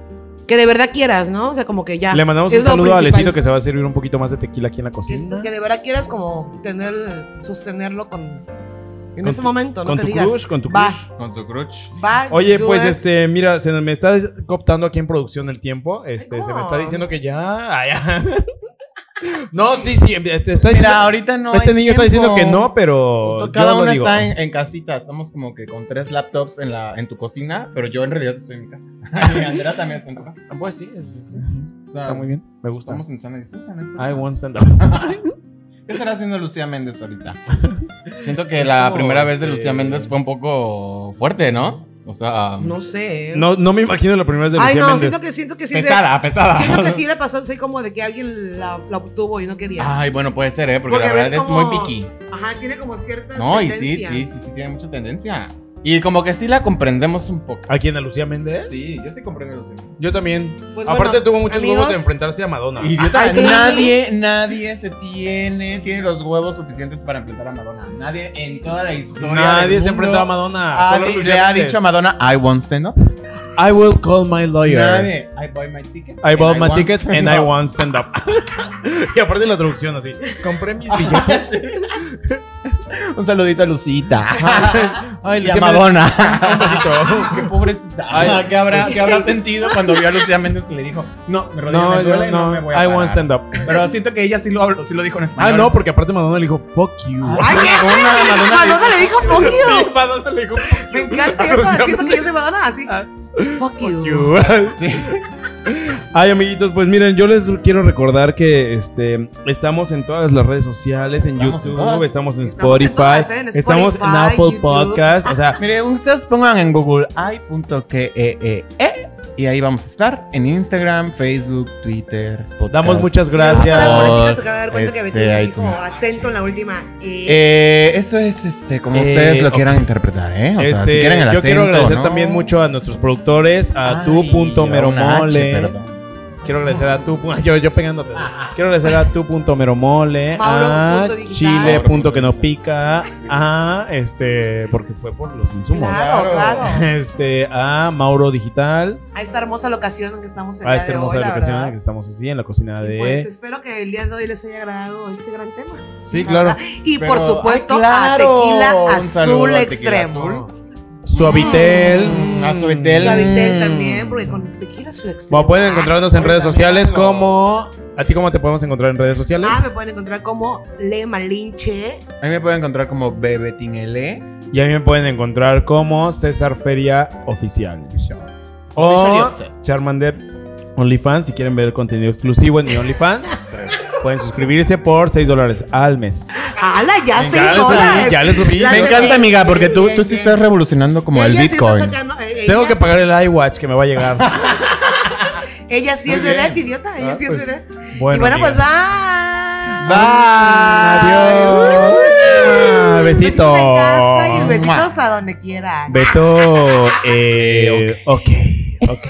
A: que de verdad quieras, ¿no? O sea, como que ya.
B: Le mandamos
A: Es
B: un
A: lo
B: saludo a
A: principal.
B: Alecito que se va a servir un poquito más de tequila aquí en la
A: Que, es-
B: cocina.
A: que de verdad quieras como tener, sostenerlo con, en
B: Con
A: ese
B: tu-
A: momento, no
B: con
A: te
B: tu
A: digas.
B: crush, con tu
A: va,
B: crush.
C: Con tu crutch.
A: va,
B: Oye,
A: Jesús,
B: pues
A: eh.
B: este, mira, se me está des- cooptando aquí en producción el tiempo. Este, se me está
A: no.
B: diciendo que ya. ay, ya. No, sí, sí. Este, está diciendo-
C: Pues Mira, ahorita no.
B: este
C: hay
B: niño está diciendo que
C: tiempo.
B: no, pero.
C: Cada
B: yo lo
C: uno
B: digo.
C: está en, en casita. Estamos como que con tres laptops en, la, en tu cocina, pero yo en realidad estoy en mi casa. Y Andrea también está en tu casa.
B: Ah, Pues sí, es- es-
A: Ah.
C: O sea,
B: está muy bien. Me gusta.
C: Estamos en sana distancia, ¿no?
B: I want stand up.
C: ¿Qué estará haciendo Lucía Méndez ahorita? Siento que la
B: como,
C: primera vez de
B: este,
C: Lucía Méndez fue un poco fuerte, ¿no? O sea,
A: No sé.
B: No, no me imagino la primera vez de
A: Ay,
B: Lucía
A: no,
B: Méndez.
A: siento que, siento que sí. se-
C: pesada, pesada.
A: siento que sí le pasó así como de que alguien la, la obtuvo y no quería.
C: Ay, bueno, puede ser, ¿eh? Porque,
A: Porque
C: la
A: ves
C: verdad es
A: como-
C: muy piqui.
A: Ajá, tiene como ciertas
C: No, y sí,
A: tendencias.
C: sí, sí, sí, tiene mucha tendencia. Y como que sí la comprendemos un poco.
B: ¿A quién? ¿A Lucía Méndez?
C: Sí, yo sí comprendo a Lucía Méndez.
B: Yo también.
A: Pues
B: Aparte
A: bueno,
B: tuvo muchos huevos de
A: amigos.
B: enfrentarse a Madonna.
C: Idiota,
A: Ay, ¿qué?
C: nadie, nadie se tiene, tiene los huevos suficientes para enfrentar a Madonna. Nadie en toda la historia.
B: Nadie
C: del
B: se
C: mundo
B: enfrentó a Madonna.
C: ha
B: solo
C: di-
B: Lucía
C: le ha
B: Méndez.
C: dicho a Madonna, I won't stand up.
B: I will call my lawyer.
C: Nadie. I bought my tickets.
B: eh. I
C: and
B: bought my
C: won't
B: tickets
C: stand
B: and I
C: up.
B: want stand up. y aparte la traducción así. Compré mis billetes.
C: Un saludito a Lucita. Ay,
B: Lucía Un besito.
C: Qué pobrecita.
B: Ay.
C: Ah, ¿Qué, habrá, qué habrá sentido cuando vio a Lucía Méndez que le dijo, no, mi rodilla
B: No,
C: me duele,
B: yo
C: no,
B: no.
C: me voy a
B: I
C: parar.
B: want stand up.
C: Pero siento que ella sí lo, habló- sí lo dijo en
B: Ah,
C: español.
B: no, porque aparte Madonna le dijo fuck you.
A: Ay, ¿qué?
C: Madonna, Madonna
A: Madonna le dijo fuck
B: Sí,
A: you.
B: Madonna le dijo fuck
A: Me encanta.
B: Pero
A: Yo
B: se
A: siento que yo soy Madonna así.
B: Ah.
A: Fuck you.
B: you.
C: Sí.
B: Ay, amiguitos, pues miren, yo les quiero recordar que este estamos en todas las redes sociales, en
C: Estamos en
B: YouTube,
C: todas.
B: estamos en
A: Estamos en
B: Spotify,
A: todas, ¿eh? En
B: estamos en
A: Spotify,
B: Apple
A: YouTube.
B: Podcast, o sea,
C: Mire, ustedes pongan en Google i.keee e y ahí vamos a estar en Instagram, Facebook, Twitter, podcast.
B: damos muchas
A: Si me gusta
B: gracias.
A: la política, se acaba de dar cuenta que
C: Este,
A: Betín dijo
C: iTunes.
A: acento en la última. E.
C: Eh, eso es este como
B: Eh,
C: ustedes lo
B: ok.
C: quieran interpretar, ¿eh? O sea, si
B: Este,
C: quieren el
B: yo quiero
C: acento,
B: agradecer
C: ¿no?
B: también mucho a nuestros productores, a
C: Ay,
B: tu punto
C: era una H,
B: meromole.
C: perdón.
B: Quiero agradecer a tu pu- yo, yo pegándote. Quiero agradecer a tu punto meromole,
A: Mauro
B: a
A: punto digital.
B: Chile
C: Mauro
B: punto
C: punto
B: que no pica,
C: digital.
B: a este porque fue por los insumos.
A: Claro,
C: Claro.
A: claro.
B: Este a Mauro Digital,
A: A esta hermosa locación en que estamos el
B: a
A: día
B: esta
A: de
B: hermosa
A: hoy, la
B: locación en la
A: verdad.
B: que estamos así en la cocina
A: Y
B: de
A: pues espero que el día de hoy les haya agradado este gran tema.
B: Sí,
A: La
B: claro.
A: verdad. Y
C: Pero-
A: por supuesto,
C: ¡Ay, claro!
A: a tequila
C: Un
A: azul
C: saludo a Tequila
A: extremo.
C: Azul.
B: Suavitel.
C: Mm, a Suavitel.
A: Suavitel Ah,
C: Mm.
A: también, porque con tequila azul extremo.
B: Bueno, pueden encontrarnos en
C: Ay,
B: redes
C: también
B: sociales
C: lo-
B: como a ti cómo te podemos encontrar en redes sociales.
A: Ah, me pueden encontrar como Le Malinche.
C: A mí me pueden encontrar como Bebetinele.
B: Y a mí me pueden encontrar como César Feria Oficial. O
C: Official y Offset.
B: Charmander OnlyFans. Si quieren ver contenido exclusivo en mi OnlyFans, pueden suscribirse por 6 dólares al mes.
A: ¡Hala! Ya
B: Venga,
A: 6
B: ya le subí,
A: dólares.
B: ya le subí.
A: Ya
C: Me
A: se
C: encanta,
A: ve.
C: amiga, porque tú,
A: Bien,
C: tú sí
A: bien.
C: estás revolucionando como el
A: Ella sí está
C: Bitcoin.
A: sacando- eh,
B: Tengo
A: ella-
B: que pagar el iWatch que me va a llegar.
A: Ella sí
C: Muy
A: es verdad,
C: bien.
A: idiota. Ella
C: Ah,
A: sí es
C: pues,
A: verdad.
B: Bueno,
A: y bueno, pues
B: amiga.
A: va.
B: Adiós. Ah,
A: Besitos en casa y
B: besitos.
A: besitos a donde quieran.
B: Beto, eh, ok, ok.